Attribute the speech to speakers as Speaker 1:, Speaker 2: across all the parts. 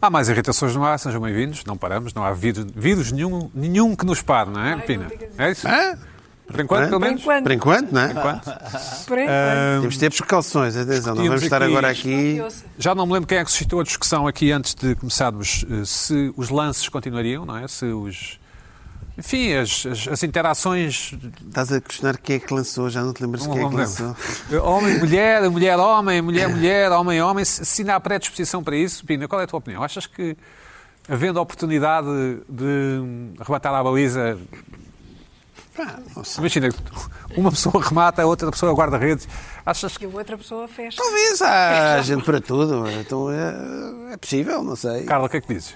Speaker 1: Há mais irritações, não há? Sejam bem-vindos. Não paramos, não há vírus, vírus nenhum, nenhum que nos pare, não é, Pina? É isso?
Speaker 2: Hã?
Speaker 1: Por enquanto, pelo
Speaker 3: Por Ah,
Speaker 1: menos?
Speaker 3: enquanto.
Speaker 2: Por enquanto, não é?
Speaker 3: Por enquanto.
Speaker 2: Temos de ter precauções, atenção. Não vamos
Speaker 1: Discutimos
Speaker 2: estar
Speaker 1: aqui-
Speaker 2: agora aqui.
Speaker 1: Já não me lembro quem é que suscitou a discussão aqui antes de começarmos eh, se os lances continuariam, não é? Se os. Enfim, as, as- as interações.
Speaker 2: Estás a questionar quem é que lançou, já não te lembras
Speaker 1: Não
Speaker 2: quem é que
Speaker 1: me
Speaker 2: lançou.
Speaker 1: lembro. Eh, Homem-mulher, mulher-homem, mulher-mulher, homem-homem. Se, se ainda há predisposição para isso, Pina, qual é a tua opinião? Achas que, havendo a oportunidade de hum, arrebatar a baliza. Imagina, uma pessoa remata, a outra pessoa guarda redes. Achas que.
Speaker 3: E a outra pessoa fez.
Speaker 2: Talvez há gente para tudo. Então é, é possível, não sei.
Speaker 1: Carla, o que é que dizes?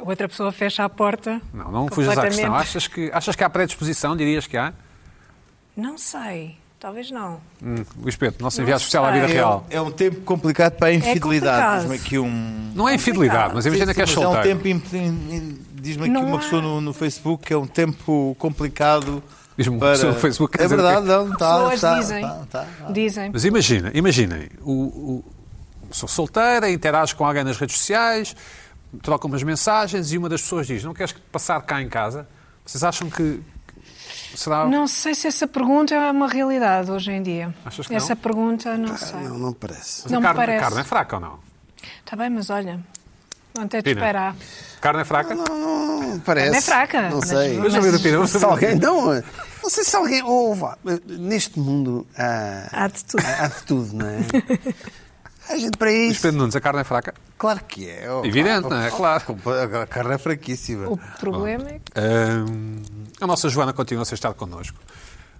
Speaker 3: A outra pessoa fecha a porta.
Speaker 1: Não, não fujas à
Speaker 3: Completamente.
Speaker 1: questão. Achas que, achas que há predisposição? Dirias que há?
Speaker 3: Não sei. Talvez não.
Speaker 1: Hum, Luís Pedro, nosso
Speaker 3: Não
Speaker 1: enviado especial à
Speaker 3: sei.
Speaker 1: vida real.
Speaker 4: É um tempo complicado para a infidelidade.
Speaker 3: complicado.
Speaker 4: Diz-me aqui um.
Speaker 1: Não é infidelidade,
Speaker 3: Complicado.
Speaker 1: mas imagina
Speaker 4: Sim,
Speaker 1: que és
Speaker 4: sim, mas
Speaker 1: solteiro.
Speaker 4: É um tempo. imp- in- Diz-me aqui
Speaker 3: Não
Speaker 4: uma
Speaker 3: há.
Speaker 4: pessoa no, no Facebook que é um tempo complicado.
Speaker 1: Diz-me uma
Speaker 4: para...
Speaker 1: pessoa no Facebook que
Speaker 4: É
Speaker 1: dizer o quê?
Speaker 4: verdade, não. Tá,
Speaker 3: Pessoas
Speaker 4: tá,
Speaker 3: dizem.
Speaker 4: tá, tá, tá.
Speaker 3: Dizem.
Speaker 1: Mas imagina, imaginem, o, o, sou solteira, interajo com alguém nas redes sociais, troco umas mensagens e uma das pessoas diz: Não queres que- passar cá em casa? Vocês acham que. que Será.
Speaker 3: Não sei se essa pergunta é uma realidade hoje em dia.
Speaker 1: Achas que
Speaker 3: essa
Speaker 1: não?
Speaker 3: pergunta
Speaker 4: Tá,
Speaker 3: não sei.
Speaker 2: Não, não parece.
Speaker 1: Mas
Speaker 3: não
Speaker 1: a
Speaker 3: me
Speaker 1: carne,
Speaker 3: parece.
Speaker 1: A carne é fraca ou não?
Speaker 3: Está bem, mas olha. Vão ter de
Speaker 1: Pina.
Speaker 3: esperar.
Speaker 1: A carne é fraca?
Speaker 2: Não, não, não parece.
Speaker 3: Não é fraca,
Speaker 2: Não
Speaker 3: mas-
Speaker 2: sei.
Speaker 1: Vamos ouvir o Pina, vamos
Speaker 2: Se
Speaker 1: ouvir o Pina.
Speaker 2: alguém. Não, não sei se alguém. Ou vá, neste mundo há,
Speaker 3: Há de tudo.
Speaker 2: há, há de tudo, não é? Há gente para
Speaker 1: Luís
Speaker 2: isso.
Speaker 1: Pedro Nunes, a carne é fraca?
Speaker 4: Claro que é.
Speaker 2: Oh,
Speaker 4: ó,
Speaker 1: Evidente,
Speaker 4: pá,
Speaker 1: não é?
Speaker 4: ó,
Speaker 1: Claro.
Speaker 4: pá, A carne é fraquíssima.
Speaker 3: O problema é que.
Speaker 1: Hum, a nossa Joana continua a estar connosco,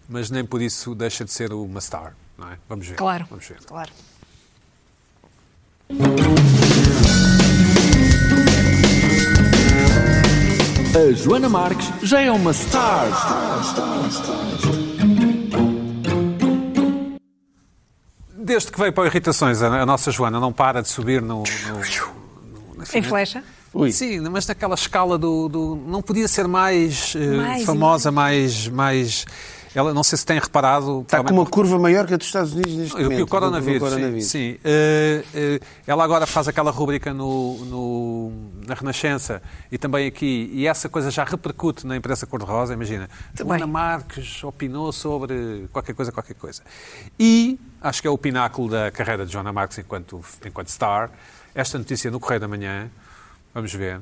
Speaker 1: mas nem por isso deixa de ser uma star, não é? Vamos ver.
Speaker 3: Claro.
Speaker 1: Vamos ver.
Speaker 3: Claro.
Speaker 5: A Joana Marques já é uma star.
Speaker 1: Desde que veio para o Irritações, a, a nossa Joana não para de subir no. no- no- enfim,
Speaker 3: Em flecha.
Speaker 1: Sim, mas naquela escala do. do- não podia ser mais, eh,
Speaker 3: Mais e
Speaker 1: famosa, mais. mais. Ela, não sei se tem reparado.
Speaker 2: Está com uma curva maior que a dos Estados Unidos neste
Speaker 1: E o-
Speaker 2: momento.
Speaker 1: E o coronavírus,
Speaker 2: Do
Speaker 1: sim. sim. Eh, eh, ela agora faz aquela rúbrica no, no- na Renascença e também aqui, e essa coisa já repercute na imprensa cor-de-rosa, imagina.
Speaker 3: Também.
Speaker 1: Joana Marques opinou sobre qualquer coisa, qualquer coisa. E, acho que é o pináculo da carreira de Joana Marques enquanto, enquanto star, esta notícia no Correio da Manhã, vamos ver.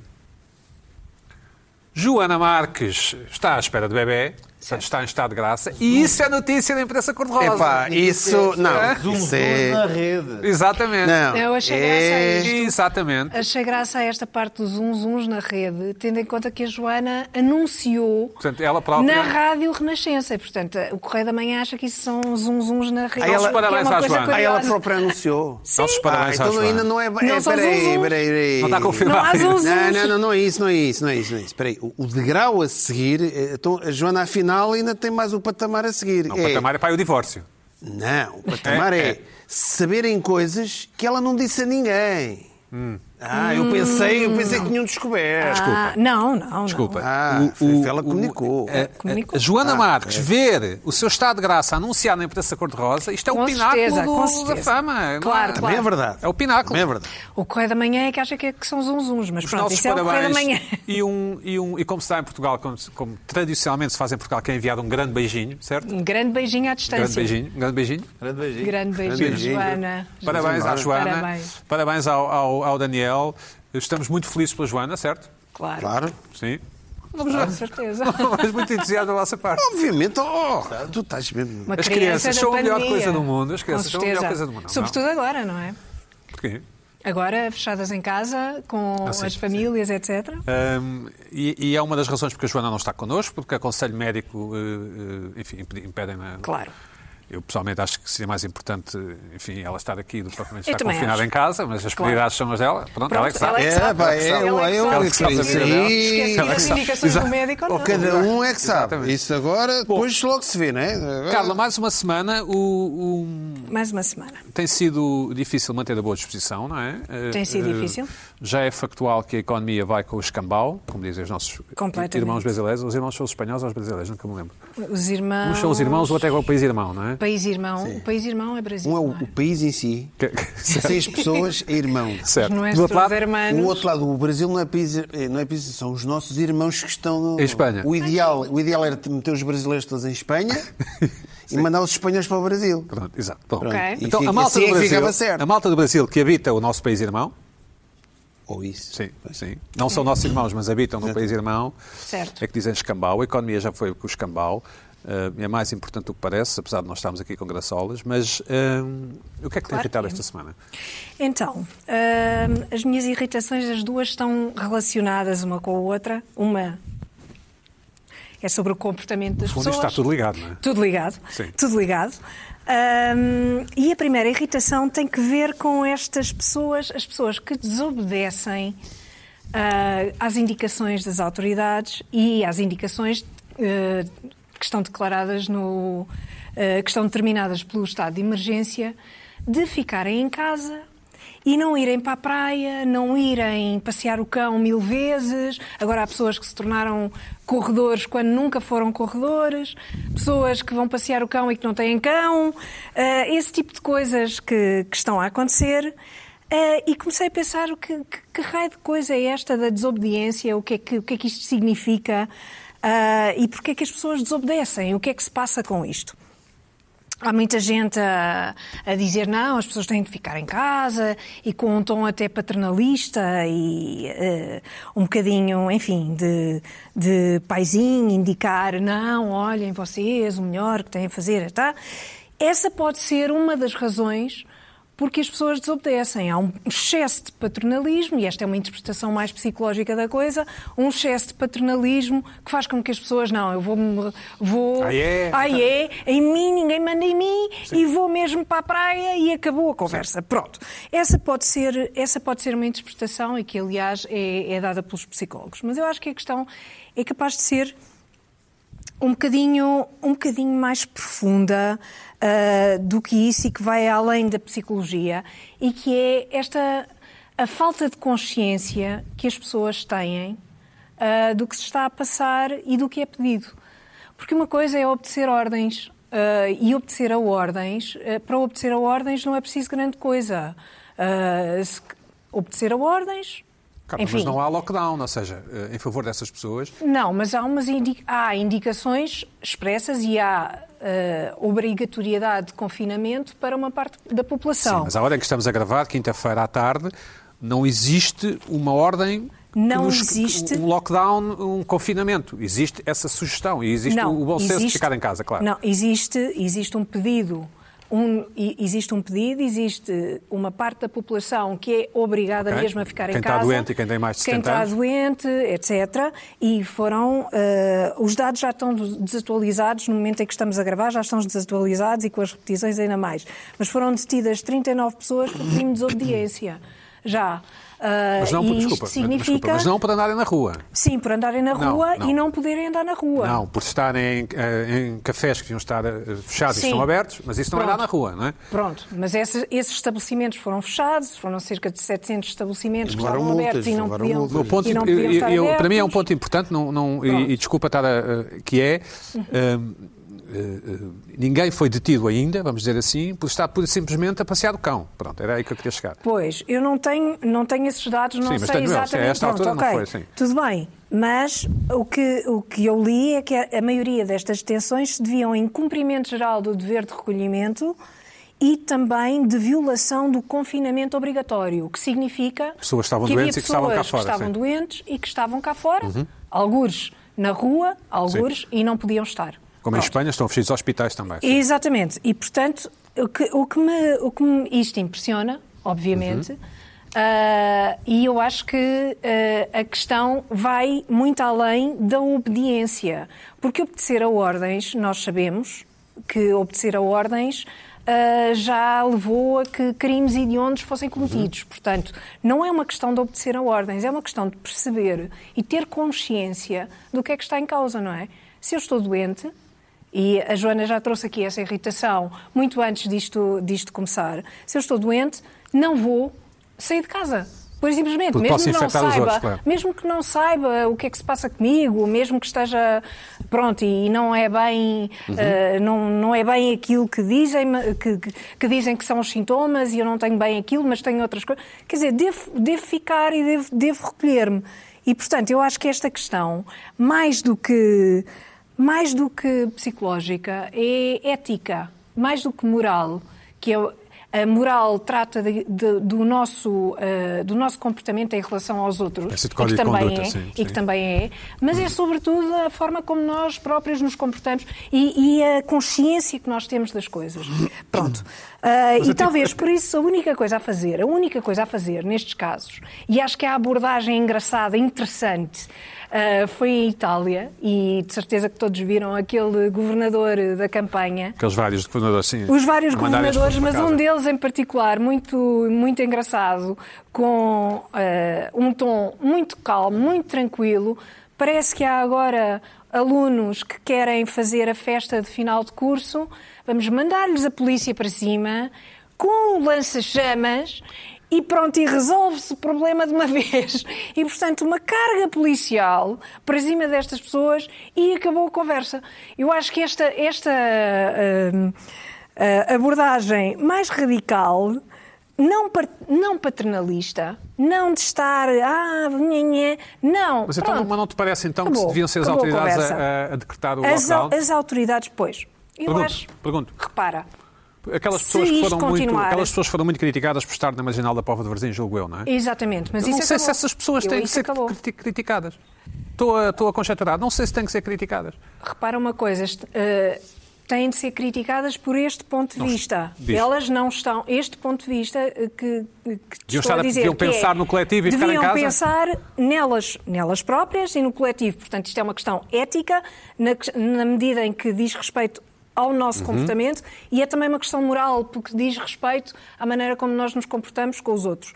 Speaker 1: Joana Marques está à espera do bebê, portanto está em estado de graça, e isso é notícia da imprensa cor-de-rosa.
Speaker 2: Epá, isso. Não,
Speaker 4: Zoom,
Speaker 2: isso
Speaker 4: zoom
Speaker 2: é.
Speaker 4: Um na rede.
Speaker 1: Exatamente.
Speaker 2: Não, é-
Speaker 3: Eu achei graça a isto.
Speaker 1: Exatamente.
Speaker 3: Achei graça a esta parte dos uns-uns na rede, tendo em conta que a Joana anunciou
Speaker 1: Portanto, ela própria-
Speaker 3: na Rádio Renascença. E, portanto, o Correio da Manhã acha que isso são uns-uns na rede.
Speaker 2: Aí ela-
Speaker 3: que é
Speaker 1: parabéns à
Speaker 3: uma coisa
Speaker 1: Joana.
Speaker 2: Ah,
Speaker 3: curiosa.
Speaker 2: ela própria anunciou.
Speaker 1: Nossos
Speaker 2: Ah,
Speaker 1: parabéns à
Speaker 2: então
Speaker 1: Joana.
Speaker 2: ainda não é. é,
Speaker 3: são
Speaker 2: peraí,
Speaker 3: zunzuns.
Speaker 2: peraí,
Speaker 1: Não
Speaker 2: peraí.
Speaker 1: tá está
Speaker 3: Não há
Speaker 1: confirmado.
Speaker 3: zunzuns.
Speaker 2: Não, não, não, não é isso, não é isso, não é isso, não é isso. Peraí, o, o degrau a seguir, eh, então a Joana afinal ainda tem mais o patamar a seguir.
Speaker 1: Não, o
Speaker 2: É-
Speaker 1: patamar é para o divórcio.
Speaker 2: Não, o patamar
Speaker 1: É,
Speaker 2: é,
Speaker 1: é.
Speaker 2: saberem coisas que ela não disse a ninguém.
Speaker 1: Hum.
Speaker 2: Ah, eu pensei, eu pensei que tinham descoberto.
Speaker 3: Ah, não, não, não.
Speaker 1: Desculpa.
Speaker 2: Ah,
Speaker 1: O- o-
Speaker 2: foi- ela
Speaker 1: o-
Speaker 2: comunicou. Ah, é.
Speaker 1: a- a-
Speaker 3: Comunicou.
Speaker 1: a Joana Marques ver o seu estado de graça anunciado na imprensa cor-de-rosa, isto é o
Speaker 3: Com
Speaker 1: pináculo
Speaker 3: certeza,
Speaker 1: do-
Speaker 3: com
Speaker 1: da
Speaker 3: certeza.
Speaker 1: fama. não é?
Speaker 3: Claro, claro.
Speaker 2: Também é verdade.
Speaker 1: É o pináculo.
Speaker 2: Também é verdade.
Speaker 3: O Correio da Manhã é que acha que, é, que são uns-uns, mas
Speaker 1: Os
Speaker 3: pronto,
Speaker 1: nossos
Speaker 3: isso é o Correio da Manhã.
Speaker 1: parabéns. E, um, e, um, e como se dá em Portugal, como, se- como tradicionalmente se faz em Portugal, que é enviado um grande beijinho, certo?
Speaker 3: Um grande beijinho à
Speaker 1: Um
Speaker 3: distância.
Speaker 1: grande beijinho. Um grande beijinho.
Speaker 4: Grande beijinho.
Speaker 3: Grande beijinho,
Speaker 2: Grande beijinho.
Speaker 3: Joana.
Speaker 1: Parabéns à Joana.
Speaker 3: Parabéns.
Speaker 1: Parabéns ao, ao, ao Daniel. Estamos muito felizes pela Joana, certo?
Speaker 3: Claro,
Speaker 2: Claro.
Speaker 1: Sim.
Speaker 3: com certeza.
Speaker 1: Mas muito entusiasmo da nossa parte.
Speaker 2: Obviamente, oh, tu estás mesmo.
Speaker 3: Uma
Speaker 1: As
Speaker 3: criança
Speaker 1: crianças
Speaker 3: da
Speaker 1: são a melhor
Speaker 3: pandemia.
Speaker 1: coisa do mundo, as
Speaker 3: Com
Speaker 1: crianças são a melhor
Speaker 3: certeza.
Speaker 1: coisa do mundo. Não, é?
Speaker 3: Sobretudo agora, não é?
Speaker 1: Porquê?
Speaker 3: Agora, fechadas em casa, com
Speaker 1: Ah, sim,
Speaker 3: as
Speaker 1: sim.
Speaker 3: famílias, etc.
Speaker 1: Hum, e, e é uma das razões porque a Joana não está connosco, porque o Conselho Médico, eh, eh, enfim, impede- impedem a...
Speaker 3: Claro.
Speaker 1: Eu pessoalmente acho que seria mais importante, enfim, ela estar aqui do que propriamente
Speaker 3: Eu
Speaker 1: estar
Speaker 3: também
Speaker 1: confinada
Speaker 3: acho.
Speaker 1: em casa, mas as
Speaker 3: Claro.
Speaker 1: prioridades são as dela. Pronto,
Speaker 3: Pronto,
Speaker 1: ela é que sabe.
Speaker 3: ela é que
Speaker 2: É,
Speaker 3: sabe.
Speaker 2: pá, é,
Speaker 3: ela é que
Speaker 2: eu-
Speaker 3: sabe.
Speaker 2: eu-
Speaker 1: Ela é que sabe a vida dela.
Speaker 3: Esquece
Speaker 1: Ela é que
Speaker 3: as
Speaker 1: sabe.
Speaker 3: indicações
Speaker 1: Exato.
Speaker 3: do médico ou não.
Speaker 2: Cada um é que sabe.
Speaker 1: Tá Exatamente. Eh,
Speaker 2: Isso agora, depois logo se vê, não é? Agora-
Speaker 1: Carla, mais uma semana, o, o-
Speaker 3: mais uma semana.
Speaker 1: Tem sido difícil manter a boa disposição, não é? Eh,
Speaker 3: Tem sido
Speaker 1: eh,
Speaker 3: difícil.
Speaker 1: Já é factual que a economia vai com o escambau, como dizem os nossos
Speaker 3: Completamente.
Speaker 1: irmãos brasileiros. Os irmãos são os espanhóis ou os brasileiros? Nunca me lembro.
Speaker 3: Os irmãos.
Speaker 1: Uns são os irmãos, ou até é o país irmão, não é?
Speaker 3: País irmão. O país irmão é Brasil.
Speaker 2: Um é o,
Speaker 3: não é?
Speaker 2: o país em si.
Speaker 1: Que- que-
Speaker 2: Seis pessoas é irmão.
Speaker 1: certo.
Speaker 3: Não é
Speaker 1: Do outro lado,
Speaker 3: irmãos.
Speaker 2: O outro lado, o Brasil não é país, eh, não é país, são os nossos irmãos que estão no.
Speaker 1: Em Espanha.
Speaker 2: O ideal, o ideal era meter os brasileiros todos em Espanha e mandar os espanhóis para o Brasil.
Speaker 1: Pronto, exato. Bom.
Speaker 2: Pronto.
Speaker 3: Ok.
Speaker 2: E
Speaker 1: Então,
Speaker 2: fica-
Speaker 1: a malta,
Speaker 2: assim é
Speaker 1: do
Speaker 2: que ficava
Speaker 1: Brasil,
Speaker 2: certo.
Speaker 1: a malta do Brasil que habita o nosso país irmão,
Speaker 2: Ou isso. é.
Speaker 1: sim, sim, não são nossos irmãos, mas habitam no país irmão,
Speaker 3: Certo.
Speaker 1: é que dizem escambau. A economia já foi com o escambau. eh, é mais importante do que parece, apesar de nós estarmos aqui com graçolas. Mas eh, o que é que tem
Speaker 3: Claro
Speaker 1: irritado
Speaker 3: que é.
Speaker 1: esta semana?
Speaker 3: Então, hum, as minhas irritações, as duas estão relacionadas uma com a outra. Uma é sobre o comportamento das
Speaker 1: No fundo,
Speaker 3: pessoas.
Speaker 1: isto está tudo ligado, não é?
Speaker 3: Tudo ligado.
Speaker 1: Sim.
Speaker 3: Tudo ligado. Hum, e a primeira irritação tem que ver com estas pessoas, as pessoas que desobedecem ah, às indicações das autoridades e às indicações eh, que estão declaradas no. eh, que estão determinadas pelo estado de emergência, de ficarem em casa. E não irem para a praia, não irem passear o cão mil vezes. Agora há pessoas que se tornaram corredores quando nunca foram corredores, pessoas que vão passear o cão e que não têm cão, eh, esse tipo de coisas que, que estão a acontecer. Eh, e comecei a pensar o que, que- que raio de coisa é esta da desobediência, o que é que, o que, é que isto significa ah, e porque é que as pessoas desobedecem, o que é que se passa com isto. Há muita gente a, a dizer não, as pessoas têm de ficar em casa e com um tom até paternalista e eh, um bocadinho, enfim, de, de paizinho, indicar não, olhem vocês, o melhor que têm a fazer, tá? Essa pode ser uma das razões porque as pessoas desobedecem. Há um excesso de paternalismo, e esta é uma interpretação mais psicológica da coisa, um excesso de paternalismo que faz com que as pessoas, não, eu vou... vou
Speaker 1: Ah, é?
Speaker 3: Ah, Ai, é, em mim, ninguém manda em mim e vou mesmo para a praia e acabou a conversa. Pronto. Essa pode ser, essa pode ser uma interpretação e que, aliás, é, é dada pelos psicólogos. Mas eu acho que a questão é capaz de ser um bocadinho, um bocadinho mais profunda ah, do que isso e que vai além da psicologia e que é esta a falta de consciência que as pessoas têm ah, do que se está a passar e do que é pedido. Porque uma coisa é obedecer ordens ah, e obedecer a ordens. ah, para obedecer a ordens não é preciso grande coisa. Ah, se- obedecer a ordens.
Speaker 1: Carlos, mas não há lockdown, ou seja, eh, em favor dessas pessoas,
Speaker 3: Não, mas há, umas indi- há indicações expressas e há eh, obrigatoriedade de confinamento para uma parte da
Speaker 1: Sim,
Speaker 3: população.
Speaker 1: mas à hora em que estamos a gravar, quinta-feira à tarde, não existe uma ordem. que
Speaker 3: Não
Speaker 1: nos-
Speaker 3: existe.
Speaker 1: Um lockdown, um confinamento. Existe essa sugestão e existe
Speaker 3: não,
Speaker 1: o bom senso de
Speaker 3: existe-
Speaker 1: ficar em casa, claro.
Speaker 3: Não, existe, existe um pedido. Um, e- existe um pedido, existe uma parte da população que é obrigada
Speaker 1: Ok.
Speaker 3: mesmo a ficar
Speaker 1: Quem
Speaker 3: em
Speaker 1: está
Speaker 3: casa.
Speaker 1: doente e quem tem mais de
Speaker 3: Quem
Speaker 1: 70
Speaker 3: está
Speaker 1: anos.
Speaker 3: doente, etc. E foram. eh, os dados já estão desatualizados no momento em que estamos a gravar, já estão desatualizados e com as repetições ainda mais. Mas foram detidas 39 pessoas por crime de desobediência. Já. Eh,
Speaker 1: Mas não,
Speaker 3: e
Speaker 1: por-
Speaker 3: isto
Speaker 1: desculpa,
Speaker 3: significa.
Speaker 1: desculpa, mas não por andarem na rua.
Speaker 3: Sim, por andarem na
Speaker 1: Não,
Speaker 3: rua
Speaker 1: não.
Speaker 3: e não poderem andar na rua.
Speaker 1: Não, por estarem em, eh, em cafés que deviam estar eh, fechados e
Speaker 3: Sim.
Speaker 1: estão abertos, mas isso não é
Speaker 3: Pronto.
Speaker 1: andar na rua, não é?
Speaker 3: Pronto, mas esse- esses estabelecimentos foram fechados, foram cerca de 700 estabelecimentos que
Speaker 2: Levaram
Speaker 3: estavam
Speaker 2: multas,
Speaker 3: abertos e não
Speaker 2: levaram
Speaker 3: podiam,
Speaker 2: multas.
Speaker 1: O ponto
Speaker 3: e não
Speaker 1: imp-
Speaker 3: podiam
Speaker 1: eu-
Speaker 3: estar
Speaker 1: eu- para mim é um
Speaker 3: abertos.
Speaker 1: ponto importante, não, não- e, e desculpa estar a, a- que é. hum, eh, eh, ninguém foi detido ainda, vamos dizer assim, por estar pura e simplesmente a passear o cão. Pronto, era aí que eu queria chegar.
Speaker 3: Pois, eu não tenho, não tenho esses dados, não
Speaker 1: Sim, mas
Speaker 3: sei
Speaker 1: tenho eu.
Speaker 3: exatamente.
Speaker 1: A esta
Speaker 3: Pronto,
Speaker 1: altura não
Speaker 3: ok.
Speaker 1: foi, sim.
Speaker 3: Tudo bem, mas o que, o que eu li é que a, a maioria destas detenções se deviam em cumprimento geral do dever de recolhimento e também de violação do confinamento obrigatório, o que significa
Speaker 1: Pessoas estavam
Speaker 3: que havia
Speaker 1: doentes e que estavam cá
Speaker 3: pessoas
Speaker 1: fora,
Speaker 3: que estavam
Speaker 1: sim. Uhum.
Speaker 3: doentes e que estavam cá fora, algures na rua, algures e não podiam estar.
Speaker 1: Como é em
Speaker 3: Pronto.
Speaker 1: Espanha estão fechados hospitais também.
Speaker 3: Exatamente. E, portanto, o que, o que, me, o que me- isto impressiona, obviamente, ah, e eu acho que ah, a questão vai muito além da obediência. Porque obedecer a ordens, nós sabemos que obedecer a ordens. ah, já levou a que crimes hediondos fossem cometidos. Portanto, não é uma questão de obedecer a ordens, é uma questão de perceber e ter consciência do que é que está em causa, não é? Se eu estou doente, E a Joana já trouxe aqui essa irritação muito antes disto, disto começar. Se eu estou doente, não vou sair de casa. Pois simplesmente,
Speaker 1: Porque
Speaker 3: mesmo
Speaker 1: posso
Speaker 3: que não
Speaker 1: infectar os
Speaker 3: saiba,
Speaker 1: outros, claro.
Speaker 3: mesmo que não saiba o que é que se passa comigo, mesmo que esteja pronto e não é bem, eh, não, não é bem aquilo que dizem que, que- que dizem que são os sintomas e eu não tenho bem aquilo, mas tenho outras coisas. Quer dizer, devo, devo ficar e devo, devo recolher-me. E portanto, eu acho que esta questão, mais do que mais do que psicológica, é ética, mais do que moral, que é a moral trata de- de- do, nosso, eh, do nosso comportamento em relação aos outros.
Speaker 1: Espécie de
Speaker 3: e que
Speaker 1: código de
Speaker 3: também
Speaker 1: conduta,
Speaker 3: é,
Speaker 1: sim,
Speaker 3: E que
Speaker 1: sim.
Speaker 3: também é. Mas é sobretudo a forma como nós próprios nos comportamos e, e a consciência que nós temos das coisas. Pronto. Eh, e talvez por isso a única coisa a fazer, a única coisa a fazer nestes casos, e acho que a abordagem engraçada, interessante, eh, foi em Itália, e de certeza que todos viram aquele governador eh, da campanha
Speaker 1: Aqueles vários governadores, sim.
Speaker 3: os vários
Speaker 1: a mandarem as
Speaker 3: governadores,
Speaker 1: pessoas
Speaker 3: mas
Speaker 1: para
Speaker 3: um
Speaker 1: casa.
Speaker 3: deles em particular, muito, muito engraçado, com eh, um tom muito calmo, muito tranquilo. Parece que há agora alunos que querem fazer a festa de final de curso, vamos mandar-lhes a polícia para cima com um lança-chamas. E pronto, e resolve-se o problema de uma vez. E, portanto, uma carga policial para cima destas pessoas e acabou a conversa. Eu acho que esta, esta eh, a abordagem mais radical, não, par- não paternalista, não de estar, ah, nhenhé, não.
Speaker 1: Mas, então,
Speaker 3: pronto.
Speaker 1: mas não te parece então que
Speaker 3: Acabou.
Speaker 1: se deviam ser as
Speaker 3: Acabou a
Speaker 1: autoridades a,
Speaker 3: conversa.
Speaker 1: a- a decretar o
Speaker 3: As, au-
Speaker 1: lockdown?
Speaker 3: as autoridades, pois. Eu
Speaker 1: Pergunto,
Speaker 3: acho.
Speaker 1: pergunto.
Speaker 3: Repara,
Speaker 1: Aquelas
Speaker 3: se
Speaker 1: pessoas, que
Speaker 3: isto
Speaker 1: foram muito,
Speaker 3: continuar-
Speaker 1: aquelas pessoas que foram muito criticadas por estar na marginal da Pova de Varzim, julgo eu, não é?
Speaker 3: exatamente, mas
Speaker 1: Eu
Speaker 3: isso
Speaker 1: não sei
Speaker 3: acabou.
Speaker 1: se essas pessoas
Speaker 3: Eu,
Speaker 1: têm que
Speaker 3: isso
Speaker 1: ser
Speaker 3: acabou.
Speaker 1: criti- criticadas. Estou a, estou a conjeturar. Não sei se têm que ser criticadas.
Speaker 3: Repara uma coisa, este, eh, têm de ser criticadas por este ponto de
Speaker 1: Não,
Speaker 3: vista.
Speaker 1: diz.
Speaker 3: Elas não estão. Este ponto de vista eh, que, que te estou
Speaker 1: estar a-
Speaker 3: a dizer.
Speaker 1: deviam
Speaker 3: que é,
Speaker 1: pensar no coletivo e ficar em
Speaker 3: deviam
Speaker 1: casa?
Speaker 3: pensar nelas, nelas próprias e no coletivo. Portanto, isto é uma questão ética, na, que- na medida em que diz respeito ao nosso comportamento e é também uma questão moral, porque diz respeito à maneira como nós nos comportamos com os outros.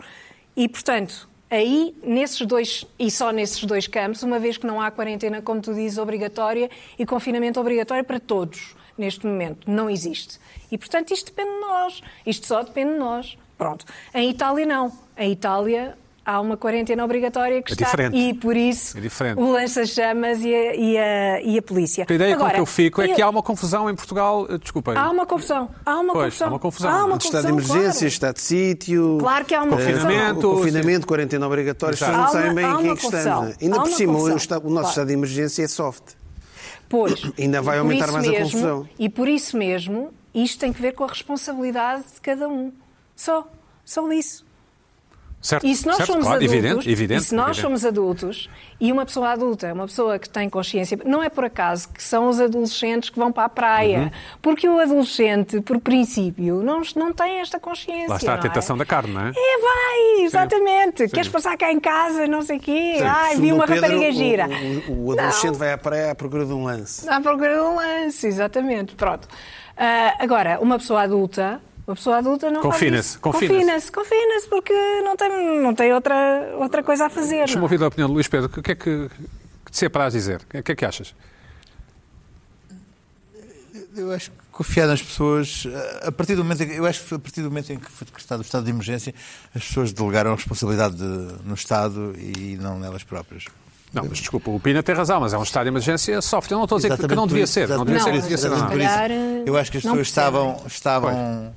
Speaker 3: E, portanto. Aí, nesses dois, e só nesses dois campos, uma vez que não há quarentena, como tu dizes, obrigatória e confinamento obrigatório para todos, neste momento, não existe. E, portanto, isto depende de nós. Isto só depende de nós. Pronto. Em Itália, não. Em Itália, há uma quarentena obrigatória que
Speaker 1: É
Speaker 3: está.
Speaker 1: diferente.
Speaker 3: E, por isso,
Speaker 1: É diferente.
Speaker 3: o lança-chamas e a, e, a, e a polícia.
Speaker 1: A ideia com
Speaker 3: Agora,
Speaker 1: que eu fico é
Speaker 3: eu-
Speaker 1: que há uma confusão em Portugal. eh, Desculpa.
Speaker 3: Há um- uma confusão. Há uma
Speaker 1: Pois,
Speaker 3: confusão.
Speaker 1: há uma confusão.
Speaker 3: Há uma
Speaker 1: Antes
Speaker 2: Estado
Speaker 3: confusão,
Speaker 2: de emergência,
Speaker 3: claro.
Speaker 2: estado de sítio. Eh,
Speaker 3: Claro que há uma
Speaker 1: Confinamento.
Speaker 3: confusão.
Speaker 2: O confinamento, quarentena obrigatória, as pessoas
Speaker 3: Há
Speaker 2: não
Speaker 3: uma-
Speaker 2: sabem bem
Speaker 3: há
Speaker 2: em que
Speaker 3: uma
Speaker 2: é que
Speaker 3: confusão.
Speaker 2: estamos. né? Ainda
Speaker 3: Há
Speaker 2: por
Speaker 3: uma
Speaker 2: cima, o,
Speaker 3: confusão.
Speaker 2: esta- o nosso
Speaker 3: Claro.
Speaker 2: estado de emergência é soft.
Speaker 3: Pois.
Speaker 2: Ainda
Speaker 3: E
Speaker 2: vai
Speaker 3: por
Speaker 2: aumentar
Speaker 3: isso
Speaker 2: mais a
Speaker 3: mesmo-
Speaker 2: confusão.
Speaker 3: E por isso mesmo, isto tem que ver com a responsabilidade de cada um. Só. Só isso.
Speaker 1: certo,
Speaker 3: E se nós
Speaker 1: certo,
Speaker 3: somos
Speaker 1: claro,
Speaker 3: adultos,
Speaker 1: evidente, evidente,
Speaker 3: e se nós
Speaker 1: evidente.
Speaker 3: somos adultos, e uma pessoa adulta, uma pessoa que tem consciência, não é por acaso que são os adolescentes que vão para a praia,
Speaker 1: Uhum.
Speaker 3: porque o adolescente, por princípio, não, não tem esta consciência.
Speaker 1: Lá está a
Speaker 3: não
Speaker 1: tentação
Speaker 3: é?
Speaker 1: da carne, não é?
Speaker 3: É, vai, exatamente. Queres passar cá em casa, não sei o quê. Ai, vi
Speaker 2: Segundo
Speaker 3: uma
Speaker 2: o Pedro,
Speaker 3: rapariga gira.
Speaker 2: O, o- o adolescente vai à praia à procura de um lance.
Speaker 3: À procura de um lance, exatamente. Pronto. Ah, agora, uma pessoa adulta. Uma pessoa adulta não faz
Speaker 1: Confina-se,
Speaker 3: isso.
Speaker 1: confina-se.
Speaker 3: confina-se, confina-se, porque não tem, não tem outra, outra coisa a fazer.
Speaker 1: Deixa-me
Speaker 3: não é?
Speaker 1: ouvir a opinião do Luís Pedro. O que é que, que te separas dizer? O que é que achas?
Speaker 4: Eu acho que confiar nas pessoas, eh, a partir do momento em que, eu acho que foi a partir do momento em que foi decretado o estado de emergência, as pessoas delegaram a responsabilidade de- no Estado e não nelas próprias.
Speaker 1: Não, mas desculpa, o Pina tem razão, mas é um estado de emergência soft. Eu não estou a dizer é que, que
Speaker 4: Exatamente
Speaker 1: não
Speaker 4: por
Speaker 1: devia
Speaker 4: isso,
Speaker 1: ser. Não devia
Speaker 4: exatamente
Speaker 1: ser,
Speaker 4: por
Speaker 1: e
Speaker 4: isso,
Speaker 1: devia ser
Speaker 4: exatamente
Speaker 1: não.
Speaker 4: por isso.
Speaker 3: Se calhar, eh,
Speaker 4: Eu acho que as
Speaker 3: não
Speaker 4: pessoas
Speaker 3: percebem.
Speaker 4: estavam, estavam,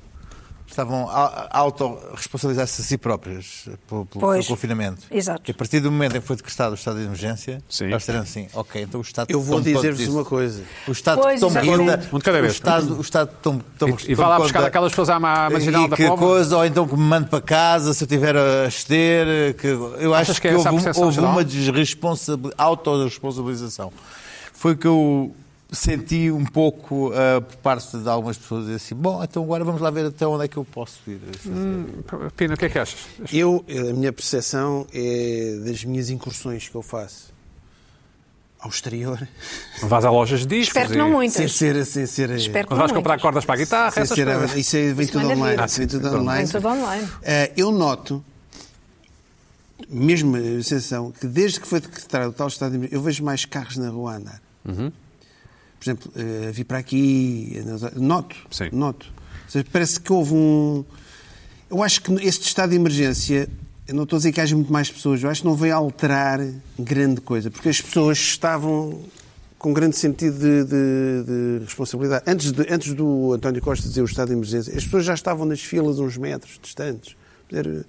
Speaker 4: estavam a, a autorresponsabilizar-se a si próprias eh, pelo, pelo-
Speaker 3: Pois.
Speaker 4: pelo confinamento.
Speaker 3: Exato.
Speaker 4: E a partir do momento em que foi decretado o estado de emergência,
Speaker 1: Sim.
Speaker 4: elas disseram assim, ok, então o Estado
Speaker 2: Eu vou
Speaker 4: toma conta
Speaker 2: dizer-vos
Speaker 4: disso.
Speaker 2: uma coisa.
Speaker 4: O Estado
Speaker 3: Pois,
Speaker 4: toma
Speaker 3: exatamente.
Speaker 4: conta.
Speaker 1: Um de cada vez.
Speaker 4: O Estado, o Estado toma, toma,
Speaker 1: E, e vá lá
Speaker 4: toma
Speaker 1: buscar
Speaker 4: conta.
Speaker 1: aquelas pessoas à ma- à marginal
Speaker 4: E
Speaker 1: da
Speaker 4: que
Speaker 1: Pova.
Speaker 4: coisa, ou então que me mande para casa se eu estiver a ceder. Que eu
Speaker 1: Achas
Speaker 4: acho
Speaker 1: que
Speaker 4: que,
Speaker 1: é essa a
Speaker 4: houve,
Speaker 1: percepção
Speaker 4: houve
Speaker 1: geral?
Speaker 4: uma desresponsabil- autorresponsabilização. Foi o que eu senti um pouco ah, por parte de algumas pessoas dizer assim, bom, então agora vamos lá ver até onde é que eu posso ir.
Speaker 3: Hum.
Speaker 1: Pina, o que é que achas?
Speaker 2: Eu, a minha percepção é das minhas incursões que eu faço ao exterior,
Speaker 1: Vais a lojas de discos
Speaker 3: Espero que não
Speaker 1: e-
Speaker 3: muitas.
Speaker 2: sem ser. Sem ser
Speaker 3: Espero que
Speaker 1: Quando vais
Speaker 3: não
Speaker 1: comprar
Speaker 3: muitas.
Speaker 1: cordas para a guitarra,
Speaker 2: sem
Speaker 1: essas
Speaker 2: ser-
Speaker 1: coisas.
Speaker 2: isso aí vem
Speaker 3: Ah, Isso
Speaker 2: tudo
Speaker 3: manda
Speaker 2: online.
Speaker 3: vir.
Speaker 2: isso vem tudo
Speaker 1: Vem tudo
Speaker 2: online.
Speaker 3: Vem tudo online.
Speaker 2: Eh, eu noto, mesmo a sensação, que desde que foi decretado o tal estado de emergência, eu vejo mais carros na rua a andar. por exemplo, eh, vir para aqui, nas- noto,
Speaker 1: Sim.
Speaker 2: noto. Ou seja, parece que houve um... Eu acho que este estado de emergência, eu não estou a dizer que haja muito mais pessoas, eu acho que não veio alterar grande coisa, porque as pessoas estavam com grande sentido de, de- de responsabilidade. Antes, de- antes do António Costa dizer o estado de emergência, as pessoas já estavam nas filas uns metros distantes. Quer dizer,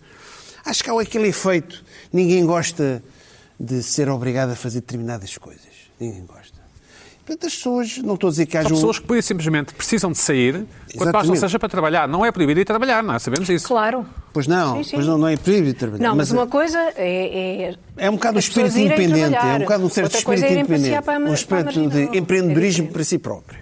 Speaker 2: Acho que há aquele efeito. Ninguém gosta de ser obrigado a fazer determinadas coisas. Ninguém gosta. Portanto, as pessoas, não estou a dizer que haja
Speaker 1: São
Speaker 2: um...
Speaker 1: pessoas que, por isso, simplesmente, precisam de sair, quanto mais não
Speaker 2: Exatamente.
Speaker 1: seja para trabalhar. Não é proibido ir trabalhar, não é? Sabemos isso.
Speaker 3: Claro.
Speaker 2: Pois não,
Speaker 3: Sim, sim.
Speaker 2: pois não, não é proibido trabalhar.
Speaker 3: Não, mas,
Speaker 2: eh,
Speaker 3: uma coisa é. é-
Speaker 2: É um bocado o
Speaker 3: as pessoas
Speaker 2: espírito
Speaker 3: irem
Speaker 2: independente, é
Speaker 3: trabalhar.
Speaker 2: um bocado um certo
Speaker 3: Outra coisa
Speaker 2: espírito
Speaker 3: é irem
Speaker 2: independente,
Speaker 3: passear para a ma-
Speaker 2: um
Speaker 3: para a
Speaker 2: espírito
Speaker 3: marginal.
Speaker 2: de
Speaker 3: É
Speaker 2: empreendedorismo
Speaker 3: diferente.
Speaker 2: para si próprio.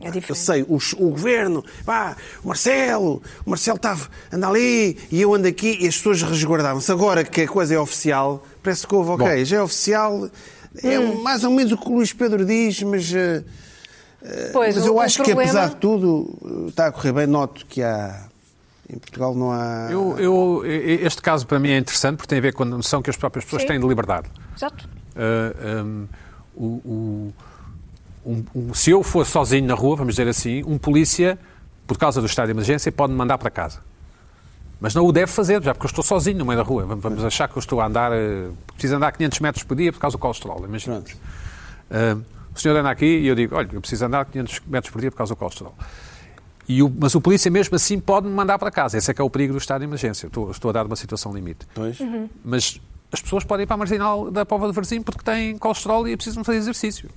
Speaker 3: É diferente.
Speaker 2: Eu sei, o, o governo, pá, o Marcelo, o Marcelo estava, anda ali e eu ando aqui e as pessoas resguardavam-se. Agora que a coisa é oficial, parece que houve, ok, já é oficial, é
Speaker 3: Hum.
Speaker 2: mais ou menos o que o Luís Pedro diz, mas, eh,
Speaker 3: Pois,
Speaker 2: mas
Speaker 3: o-
Speaker 2: eu
Speaker 3: o
Speaker 2: acho que
Speaker 3: problema-
Speaker 2: apesar de tudo eh, está a correr bem. Noto que há, em Portugal não há...
Speaker 1: Eu, eu- e- este caso, para mim, é interessante, porque tem a ver com a noção que as próprias pessoas
Speaker 3: Sim.
Speaker 1: têm de liberdade.
Speaker 3: Exato.
Speaker 1: Ah, hum, o- o- um- um- se eu for sozinho na rua, vamos dizer assim, um polícia, por causa do estado de emergência, pode me mandar para casa. Mas não o deve fazer, já porque eu estou sozinho no meio da rua. Vamos- Vamos achar que eu estou a andar, eh, preciso andar 500 metros por dia por causa do colesterol, imaginamos. Ah, o senhor anda aqui e eu digo, olha, eu preciso andar 500 metros por dia por causa do colesterol. E o- mas o polícia mesmo assim pode me mandar para casa. Esse é que é o perigo do estado de emergência. Eu Estou, estou a dar uma situação limite.
Speaker 3: Uhum.
Speaker 1: Mas as pessoas podem ir para a marginal da Pova de Varzim porque têm colesterol e precisam fazer exercício.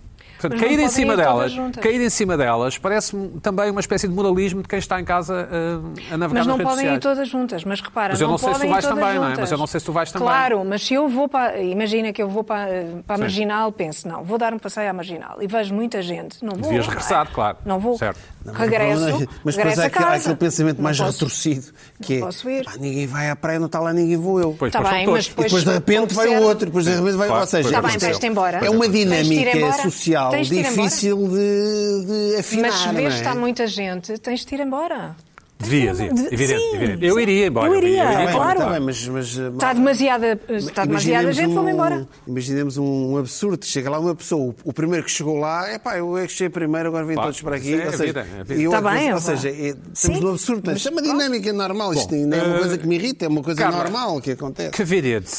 Speaker 1: Portanto,
Speaker 3: Mas
Speaker 1: cair
Speaker 3: não
Speaker 1: em
Speaker 3: podem
Speaker 1: cima
Speaker 3: ir todas
Speaker 1: delas,
Speaker 3: juntas.
Speaker 1: cair em cima delas parece-me também uma espécie de moralismo de quem está em casa ah, a navegar
Speaker 3: Mas
Speaker 1: nas redes
Speaker 3: não podem ir
Speaker 1: sociais.
Speaker 3: todas juntas, mas repara,
Speaker 1: Mas eu não sei se
Speaker 3: podem
Speaker 1: tu vais
Speaker 3: ir todas
Speaker 1: também, não é?
Speaker 3: juntas.
Speaker 1: Mas eu não sei se tu vais também.
Speaker 3: Claro, mas se eu vou para. Imagina que eu vou para, para a marginal, penso, não, vou dar um passeio à marginal e vejo muita gente. Não vou.
Speaker 1: Devias
Speaker 3: não é?
Speaker 1: regressar, claro.
Speaker 3: Não vou.
Speaker 1: Certo. Não,
Speaker 2: Mas o problema
Speaker 3: Regresso.
Speaker 2: é- Mas depois
Speaker 3: regresso
Speaker 2: há
Speaker 3: a
Speaker 2: aquele, há
Speaker 3: casa.
Speaker 2: aquele pensamento
Speaker 3: Não
Speaker 2: mais
Speaker 3: posso.
Speaker 2: retorcido,
Speaker 3: não
Speaker 2: que é,
Speaker 3: posso ir.
Speaker 2: "Pá, ninguém vai à praia, não está lá ninguém, vou eu.
Speaker 1: Pois,
Speaker 3: Tá
Speaker 1: pois
Speaker 3: bem,
Speaker 1: estão
Speaker 3: mas
Speaker 1: todos.
Speaker 2: E depois de repente vai o
Speaker 3: Sim.
Speaker 2: outro, depois de repente vai.
Speaker 1: Claro,
Speaker 2: Ou seja,
Speaker 1: Tá
Speaker 3: bem, tens-te embora.
Speaker 2: é uma
Speaker 3: Tens-te ir
Speaker 2: dinâmica
Speaker 3: embora.
Speaker 2: social
Speaker 3: Tens-te ir embora.
Speaker 2: difícil de, de afinar.
Speaker 3: assim, Mas se vês que
Speaker 2: não é?
Speaker 3: está muita gente, tens de ir embora.
Speaker 1: Devias ir.
Speaker 3: De-
Speaker 1: Evidente,
Speaker 3: Sim.
Speaker 1: evidente. Eu iria embora.
Speaker 3: Eu iria,
Speaker 2: Tá bem,
Speaker 3: claro.
Speaker 2: tá bem, mas, mas, eh,
Speaker 3: Está
Speaker 2: mal-
Speaker 3: demasiada, está demasiada
Speaker 2: imaginemos
Speaker 3: gente,
Speaker 2: um-
Speaker 3: vou-me embora.
Speaker 2: Imaginemos um absurdo, chega lá uma pessoa, o- o primeiro que chegou lá, é pá, eu é que cheguei primeiro, agora vêm
Speaker 1: Pá,
Speaker 2: todos para aqui.
Speaker 1: isso é
Speaker 2: ou
Speaker 1: a
Speaker 2: seja,
Speaker 1: vida, é a vida.
Speaker 2: e eu-
Speaker 3: Tá bem,
Speaker 2: ou
Speaker 3: vá.
Speaker 2: seja, é, estamos
Speaker 3: Sim.
Speaker 2: no absurdo, mas isto é uma dinâmica normal, isto
Speaker 1: Bom,
Speaker 2: não é uma
Speaker 1: eh,
Speaker 2: coisa que me irrita, é uma coisa
Speaker 1: Carla,
Speaker 2: normal que acontece.
Speaker 1: Covided.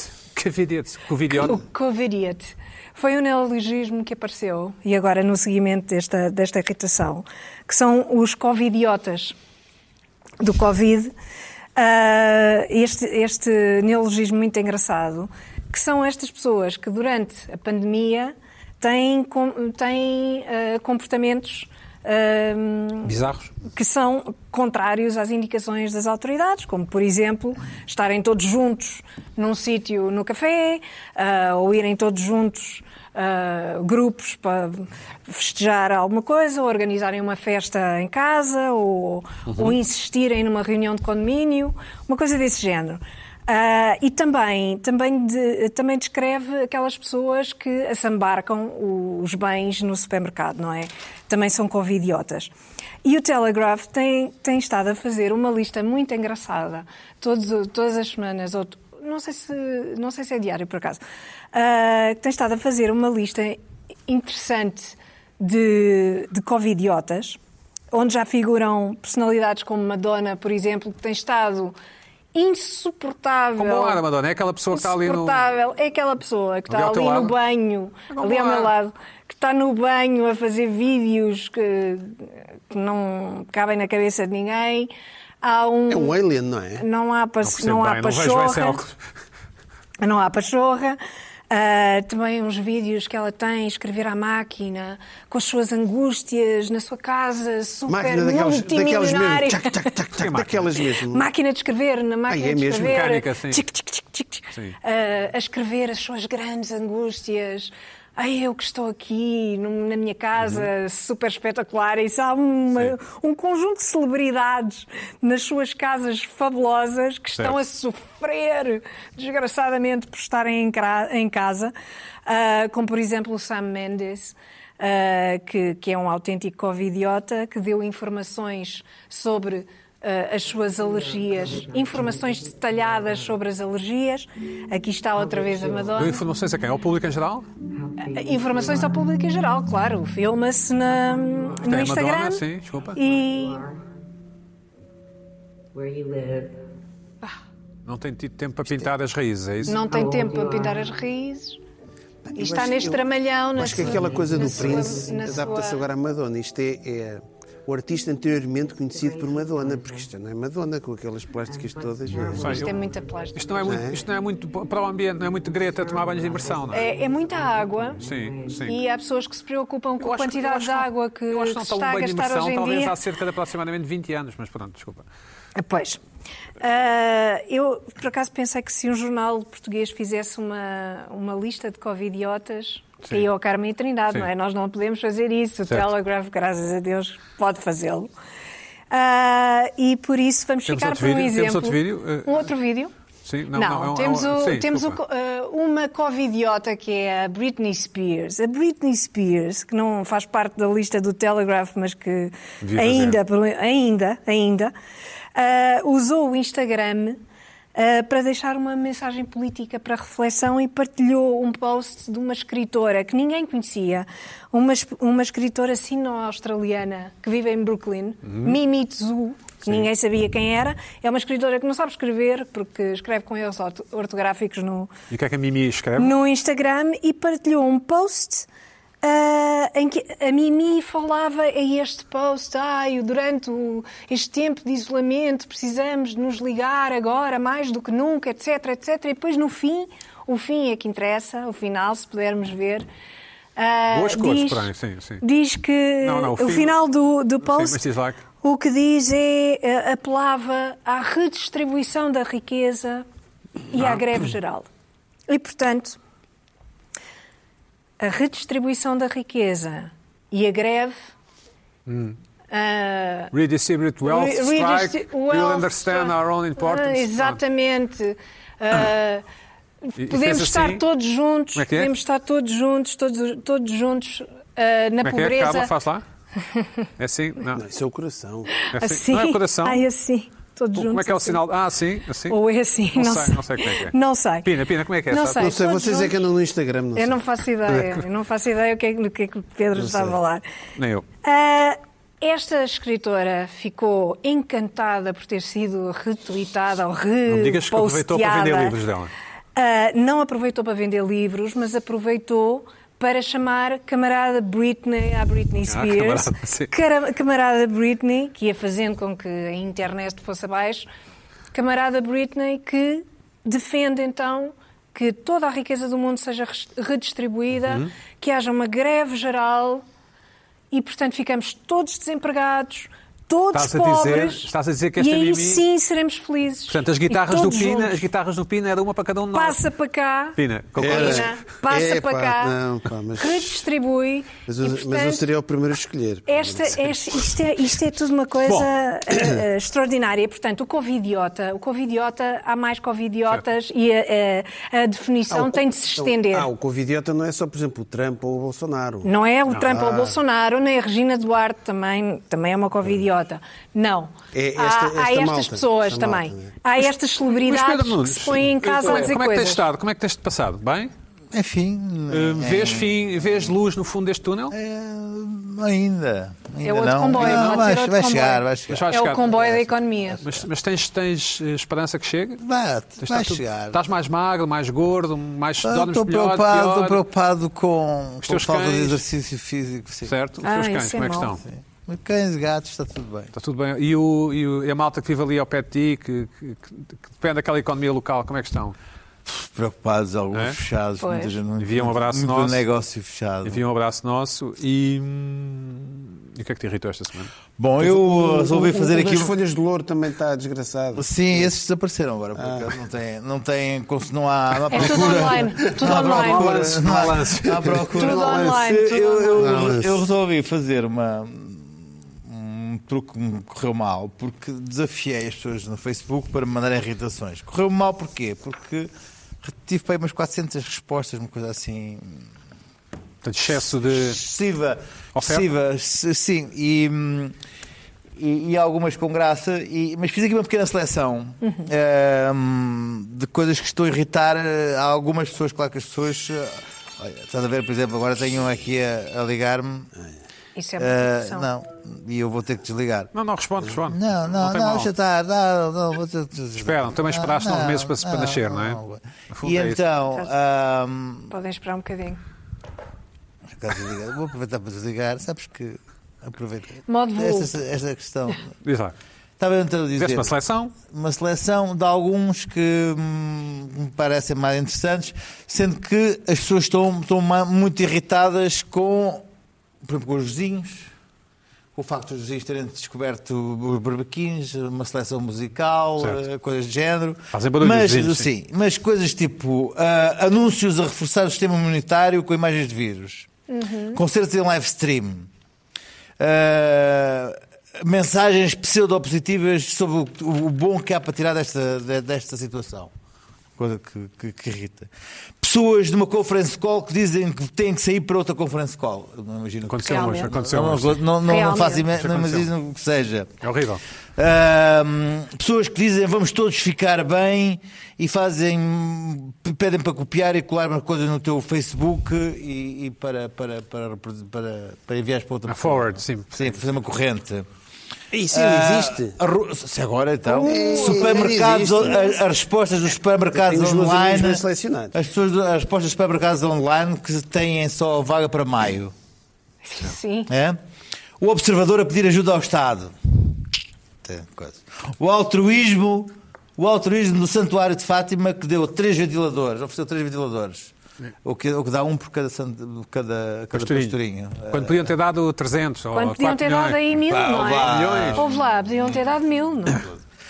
Speaker 1: Covided. Covidiote.
Speaker 3: O Covidiote foi um neologismo que apareceu, e agora no seguimento desta, desta irritação, que são os Covidiotas do Covid. Ah, este, este neologismo muito engraçado, que são estas pessoas que durante a pandemia têm, com- têm ah, comportamentos ah,
Speaker 1: Bizarros.
Speaker 3: que são contrários às indicações das autoridades, como, por exemplo, estarem todos juntos num sítio no café, ah, ou irem todos juntos ah, grupos para festejar alguma coisa, ou organizarem uma festa em casa, ou, ou insistirem numa reunião de condomínio, uma coisa desse género. Ah, e também, também, de- também descreve aquelas pessoas que assambarcam o- os bens no supermercado, não é? Também são covidiotas. E o Telegraph tem, tem estado a fazer uma lista muito engraçada, todos, o- todas as semanas, ou, t- não, sei se, não sei se é diário por acaso, ah, tem estado a fazer uma lista interessante de, de covidiotas, onde já figuram personalidades como Madonna, por exemplo, que tem estado insuportável.
Speaker 1: Com bom ar, Madonna. É aquela pessoa que está ali no-
Speaker 3: Insuportável. É aquela pessoa que
Speaker 1: Ali
Speaker 3: está
Speaker 1: ao
Speaker 3: ali
Speaker 1: teu
Speaker 3: no
Speaker 1: lado.
Speaker 3: banho,
Speaker 1: Com
Speaker 3: ali ao
Speaker 1: bom
Speaker 3: meu
Speaker 1: ar.
Speaker 3: lado, que está no banho a fazer vídeos que, que não cabem na cabeça de ninguém. Há um...
Speaker 2: É um alien, não é?
Speaker 3: Não há, pa...
Speaker 1: percebo
Speaker 3: não há
Speaker 1: bem, não vejo bem sem
Speaker 3: pachorra.
Speaker 1: óculos.
Speaker 3: Não há pachorra. Ah, também uns vídeos que ela tem, escrever à máquina, com as suas angústias, na sua casa, super
Speaker 2: Máquina daquelas, daquelas mesmo.
Speaker 3: multimilionária.
Speaker 2: Tchac, tchac, tchac, tchac,
Speaker 1: máquina?
Speaker 2: daquelas mesmo.
Speaker 3: Máquina de escrever, na máquina
Speaker 2: Ai, é
Speaker 3: de
Speaker 2: mesmo?
Speaker 3: escrever.
Speaker 1: Mecânica, sim.
Speaker 3: Tic, tic, tic, tic, tic.
Speaker 1: Sim.
Speaker 3: Ah, a escrever as suas grandes angústias. Ai, eu que estou aqui num- na minha casa,
Speaker 1: Uhum.
Speaker 3: super espetacular. Isso há uma- um conjunto de celebridades nas suas casas fabulosas que estão a sofrer desgraçadamente por estarem em, cra- em casa. Ah, como, por exemplo, o Sam Mendes. ah, que, que é um autêntico covidiota, que deu informações sobre eh, as suas alergias, informações detalhadas sobre as alergias. Aqui está outra vez a
Speaker 1: Deu
Speaker 3: Madonna.
Speaker 1: informações a quem? Ao público em geral?
Speaker 3: Informações ao público em geral, claro. Filma-se na-
Speaker 1: Tem
Speaker 3: hum, no
Speaker 1: a
Speaker 3: Instagram.
Speaker 1: Madonna, sim, desculpa.
Speaker 3: E
Speaker 6: where you live.
Speaker 1: Não tem tido tempo para pintar as raízes, é isso?
Speaker 3: não tem tempo para pintar as raízes. E está
Speaker 2: acho-
Speaker 3: neste
Speaker 2: eu
Speaker 3: tramalhão. na
Speaker 2: Acho que
Speaker 3: sua-
Speaker 2: aquela coisa
Speaker 3: na
Speaker 2: do
Speaker 3: sua-
Speaker 2: Prince
Speaker 3: na
Speaker 2: adapta-se
Speaker 3: sua-
Speaker 2: agora à Madonna. Isto é, é o artista anteriormente conhecido por Madonna, porque isto não é Madonna com aquelas plásticas todas. não é?
Speaker 3: Isto é muita plástica.
Speaker 1: Isto não é muito, isto não é muito para o ambiente, não é muito Greta tomar banhos de imersão, não é?
Speaker 3: É, é muita água.
Speaker 1: Sim, sim.
Speaker 3: E há pessoas que se preocupam com
Speaker 1: Eu
Speaker 3: a
Speaker 1: acho que- eu
Speaker 3: quantidade
Speaker 1: acho
Speaker 3: de água que,
Speaker 1: eu acho
Speaker 3: que
Speaker 1: não
Speaker 3: se
Speaker 1: tão
Speaker 3: está a
Speaker 1: bem de
Speaker 3: gastar
Speaker 1: imersão,
Speaker 3: hoje em
Speaker 1: talvez
Speaker 3: dia.
Speaker 1: há cerca de aproximadamente 20 anos, mas pronto, desculpa.
Speaker 3: Pois. Ah, eu, por acaso, pensei que se um jornal português fizesse uma, uma lista de covidiotas, que ia ao Carmen e Trindade,
Speaker 1: Sim.
Speaker 3: não é? Nós não podemos fazer isso. O
Speaker 1: Certo.
Speaker 3: Telegraph, graças a Deus, pode fazê-lo. Ah, e por isso vamos
Speaker 1: Temos
Speaker 3: ficar
Speaker 1: outro
Speaker 3: por um
Speaker 1: vídeo? Temos
Speaker 3: exemplo.
Speaker 1: outro vídeo? Eh,
Speaker 3: Um outro vídeo?
Speaker 1: Sim, não,
Speaker 3: não,
Speaker 1: não, é um-
Speaker 3: temos,
Speaker 1: é um-
Speaker 3: o-
Speaker 1: sim,
Speaker 3: temos o
Speaker 1: desculpa.
Speaker 3: co- eh, uma covidiota que é a Britney Spears. A Britney Spears, que não faz parte da lista do Telegraph, mas que
Speaker 1: Devia fazer.
Speaker 3: ainda, pelo- ainda, ainda, ah, usou o Instagram ah, para deixar uma mensagem política para reflexão e partilhou um post de uma escritora que ninguém conhecia, uma, es- uma escritora sino-australiana que vive em Brooklyn, Mimi Tzu, que ninguém sabia quem era. É uma escritora que não sabe escrever, porque escreve com erros orto- ortográficos no,
Speaker 1: E o que é que a Mimi escreve?
Speaker 3: no Instagram e partilhou um post ah, em que a Mimi falava a este post, ai, durante o- este tempo de isolamento precisamos de nos ligar agora mais do que nunca, etc, etc. E depois no fim, o fim é que interessa, o final, se pudermos ver. ah,
Speaker 1: Boas cores,
Speaker 3: diz-
Speaker 1: porém, sim, sim.
Speaker 3: diz que
Speaker 1: Não, não, o
Speaker 3: o,
Speaker 1: fim-
Speaker 3: final do, do
Speaker 1: Sim, mas
Speaker 3: post
Speaker 1: diz lá que-
Speaker 3: o que diz é eh, apelava à redistribuição da riqueza e à greve geral. E, portanto, a redistribuição da riqueza e a greve. ah,
Speaker 1: Redistribute Hum. wealth,
Speaker 3: Re-
Speaker 1: strike,
Speaker 3: redisti-
Speaker 1: we'll
Speaker 3: wealth,
Speaker 1: understand
Speaker 3: strike.
Speaker 1: our own importance.
Speaker 3: Ah, Exatamente. Ah,
Speaker 1: E- e
Speaker 3: podemos
Speaker 1: fez
Speaker 3: estar
Speaker 1: assim?
Speaker 3: todos juntos,
Speaker 1: Como é que é?
Speaker 3: podemos estar todos juntos, todos, todos juntos ah, na
Speaker 1: Como é que é?
Speaker 3: pobreza.
Speaker 1: Carla, faz lá. É assim?
Speaker 3: Ah.
Speaker 1: Não,
Speaker 2: Não, isso é o coração.
Speaker 1: é assim. Não é coração?
Speaker 3: Ai, assim. Todos
Speaker 1: Como
Speaker 3: juntos.
Speaker 1: é que é o
Speaker 3: assim.
Speaker 1: sinal? Ah, assim, assim.
Speaker 3: Ou é assim,
Speaker 1: Não
Speaker 3: não,
Speaker 1: sei, não sei como é que é.
Speaker 3: Não sei.
Speaker 1: Pina, Pina, como é que é
Speaker 3: Não
Speaker 1: essa?
Speaker 3: sei.
Speaker 2: Não sei,
Speaker 3: todos
Speaker 2: vocês é que
Speaker 3: juntos.
Speaker 2: andam no Instagram, não
Speaker 3: Eu
Speaker 2: sei.
Speaker 3: não faço ideia. Eu não faço ideia o que é que- do que, é que o Pedro está a
Speaker 2: sei.
Speaker 3: falar.
Speaker 1: Nem eu.
Speaker 3: Ah, esta escritora ficou encantada por ter sido retweetada ou re
Speaker 1: Não me digas que aproveitou para vender
Speaker 3: posteada.
Speaker 1: livros dela.
Speaker 3: Ah, não aproveitou para vender livros, mas aproveitou para chamar camarada Britney à Britney Spears.
Speaker 1: Ah, camarada, sim.
Speaker 3: Cara- camarada Britney, que ia fazendo com que a internet fosse abaixo. Camarada Britney que defende então que toda a riqueza do mundo seja res- redistribuída,
Speaker 1: Uhum.
Speaker 3: que haja uma greve geral e, portanto, ficamos todos desempregados. Todos
Speaker 1: Estás a dizer-
Speaker 3: pobres.
Speaker 1: estás a dizer que esta
Speaker 3: e aí
Speaker 1: Mimi-
Speaker 3: sim seremos felizes.
Speaker 1: Portanto, as
Speaker 3: E
Speaker 1: guitarras do
Speaker 3: todos
Speaker 1: Pina,
Speaker 3: juntos.
Speaker 1: as guitarras do Pina era uma para cada um de nós.
Speaker 3: Passa para cá.
Speaker 1: Pina, concordas?
Speaker 3: Pina, passa
Speaker 2: Epá,
Speaker 3: para cá.
Speaker 2: não, pá, mas-
Speaker 3: Redistribui.
Speaker 2: Mas,
Speaker 3: e,
Speaker 2: eu, mas eu
Speaker 3: portanto,
Speaker 2: seria o primeiro a escolher. Ah,
Speaker 3: esta, esta- isto, é, isto é tudo uma coisa
Speaker 1: Bom.
Speaker 3: eh, eh, extraordinária. Portanto, o covidiota, o covidiota, há mais covidiotas e a, a- a definição
Speaker 2: Ah, o-
Speaker 3: tem de se
Speaker 2: então,
Speaker 3: estender.
Speaker 2: Ah, o covidiota não é só, por exemplo, o Trump ou o Bolsonaro. Ah,
Speaker 3: Não é o Trump
Speaker 1: Ah.
Speaker 3: ou o Bolsonaro, nem a Regina Duarte também, também é uma
Speaker 1: Hum.
Speaker 3: covidiota. Não.
Speaker 2: É esta-
Speaker 3: há,
Speaker 2: esta
Speaker 3: há estas
Speaker 2: malta,
Speaker 3: pessoas
Speaker 2: esta
Speaker 3: também.
Speaker 2: malta, né?
Speaker 3: Há estas
Speaker 1: é. Mas
Speaker 3: celebridades
Speaker 1: Pedro
Speaker 3: que
Speaker 1: Nunes,
Speaker 3: se põem em casa a dizer
Speaker 1: como é que tens
Speaker 3: coisas.
Speaker 1: estado? Como é que tens passado? Bem?
Speaker 4: Enfim,
Speaker 1: Eh,
Speaker 4: é-
Speaker 1: Vês, fim, vês luz no fundo deste túnel?
Speaker 4: é- ainda. ainda
Speaker 3: É outro
Speaker 4: não.
Speaker 3: comboio,
Speaker 4: Não,
Speaker 3: pode
Speaker 4: vai,
Speaker 3: ser outro
Speaker 4: vai
Speaker 3: comboio.
Speaker 4: chegar, vai
Speaker 1: Mas
Speaker 4: chegar.
Speaker 1: vai
Speaker 3: é
Speaker 1: chegar.
Speaker 3: o comboio da economia.
Speaker 1: Mas, mas tens, tens eh, esperança que chegue?
Speaker 4: Vai,
Speaker 1: Tens-
Speaker 4: vai
Speaker 1: tá tudo-
Speaker 4: chegar.
Speaker 1: Estás mais magro, mais gordo, mais
Speaker 4: Ah,
Speaker 1: dormes
Speaker 4: Estou
Speaker 1: melhor,
Speaker 4: preocupado, estou
Speaker 1: pior,
Speaker 4: preocupado com, com
Speaker 1: teus
Speaker 4: falta de
Speaker 1: cães.
Speaker 4: exercício físico. Sim.
Speaker 1: certo? Os
Speaker 3: Ah,
Speaker 1: teus cães,
Speaker 3: isso é
Speaker 1: como é que
Speaker 3: mau.
Speaker 1: estão?
Speaker 4: Sim. Mas Cães, gatos, está tudo bem.
Speaker 1: Está tudo bem. E, o, e o- e a malta que vive ali ao pé de ti, que, que- que- que depende daquela economia local, como é que estão?
Speaker 4: Preocupados, alguns
Speaker 1: É?
Speaker 4: fechados,
Speaker 3: Pois.
Speaker 4: muita gente.
Speaker 1: Envia um abraço
Speaker 4: muito
Speaker 1: nosso.
Speaker 4: negócio fechado.
Speaker 1: Envia um abraço nosso e. hum, E o que é que te irritou esta semana?
Speaker 4: Bom, eu uh, resolvi fazer aqui.
Speaker 2: As
Speaker 4: um-
Speaker 2: folhas de louro também está desgraçado.
Speaker 4: Sim, esses desapareceram agora, por acaso não tem, não tem, cons- não há, não há
Speaker 3: É tudo
Speaker 4: procura.
Speaker 3: online. Tudo
Speaker 4: Não há
Speaker 3: online.
Speaker 4: procura,
Speaker 1: Balanço,
Speaker 4: não há-
Speaker 1: balanço.
Speaker 4: não há procura.
Speaker 3: Tudo online,
Speaker 4: Eu-
Speaker 3: tudo
Speaker 4: eu- eu-
Speaker 2: online.
Speaker 4: Eu resolvi fazer uma um truque que me correu mal, porque desafiei as pessoas no Facebook para me mandarem irritações. Correu mal porquê? Porque tive para aí umas 400 respostas, uma coisa assim
Speaker 1: Portanto, excesso de.
Speaker 4: excessiva.
Speaker 1: Oferta?
Speaker 4: Excessiva, s- sim. E, hum, e, e algumas com graça, e- mas fiz aqui uma pequena seleção ehm, de coisas que estou a irritar eh, a algumas pessoas, claro que as pessoas. eh, olha, estás a ver, por exemplo, agora tenho um aqui a, a ligar-me.
Speaker 3: Isso é uma
Speaker 1: Ah,
Speaker 4: eh,
Speaker 3: irritação.
Speaker 4: não, e eu vou ter que desligar.
Speaker 1: Não, não, responde, responde.
Speaker 4: Não, não,
Speaker 1: tem
Speaker 4: não,
Speaker 1: mal.
Speaker 4: deixa estar, não, não, vou ter que
Speaker 1: Esperam, também esperaste nove meses para se- para nascer, não é? No fundo
Speaker 4: E
Speaker 1: é isso.
Speaker 4: então, ehm,
Speaker 3: Podem esperar um bocadinho.
Speaker 4: Por acaso desligar. Vou aproveitar para desligar. Sabes que. Aproveita.
Speaker 3: Modo voo.
Speaker 4: Esta, esta questão.
Speaker 1: Diz lá.
Speaker 4: Estava eu então a dizer.
Speaker 1: Fizeste uma seleção?
Speaker 4: uma seleção de alguns que hum, me parecem mais interessantes, sendo que as pessoas estão, estão ma- muito irritadas com, por exemplo, com os vizinhos, com o facto dos vizinhos terem descoberto os barbequins, uma seleção musical,
Speaker 1: Certo.
Speaker 4: eh, coisas de género.
Speaker 1: Fazem barulho
Speaker 4: mas,
Speaker 1: os vizinhos,
Speaker 4: sim, mas coisas tipo ah, anúncios a reforçar o sistema imunitário com imagens de vírus, concertos em live stream. Uh, mensagens pseudo-positivas sobre o, o- o bom que há para tirar desta, de- desta situação. Coisa que, que- que irrita. Pessoas de uma conference call que dizem que têm que sair para outra conference call. Eu não imagino o que
Speaker 1: Aconteceu hoje,
Speaker 3: Realmente.
Speaker 1: aconteceu
Speaker 4: não,
Speaker 1: hoje.
Speaker 4: não, não, não, não
Speaker 3: Realmente.
Speaker 4: faço ima-
Speaker 1: Isso
Speaker 4: não
Speaker 1: aconteceu.
Speaker 4: imagino o que seja.
Speaker 1: É horrível.
Speaker 4: Ahm, pessoas que dizem vamos todos ficar bem e fazem pedem para copiar e colar uma coisa no teu Facebook e, e para, para, para, para, para enviar para outra
Speaker 1: A
Speaker 4: pessoa.
Speaker 1: forward, sim.
Speaker 4: Sim, fazer uma corrente.
Speaker 2: Isso
Speaker 4: Ah,
Speaker 2: existe.
Speaker 4: arro- Se agora então.
Speaker 2: Ui,
Speaker 4: supermercados,
Speaker 2: existe.
Speaker 4: a- as respostas dos supermercados
Speaker 2: Eu tenho os meus amigos
Speaker 4: online.
Speaker 2: bem selecionados.
Speaker 4: As, pessoas, do- as respostas dos supermercados online que têm só vaga para maio.
Speaker 3: Sim.
Speaker 4: É? O observador a pedir ajuda ao Estado. Tem coisa. O altruísmo, o altruísmo do Santuário de Fátima que deu três ventiladores, ofereceu três ventiladores. O que, o que dá um por cada, sant- cada, cada pastorinho.
Speaker 1: Quando podiam ter dado 300 ou
Speaker 3: Quando podiam
Speaker 1: 4
Speaker 3: ter
Speaker 1: milhões.
Speaker 3: dado aí mil,
Speaker 4: Pá,
Speaker 3: não
Speaker 4: vá.
Speaker 3: é?
Speaker 1: Milhões.
Speaker 3: Houve lá, podiam ter dado mil, não é?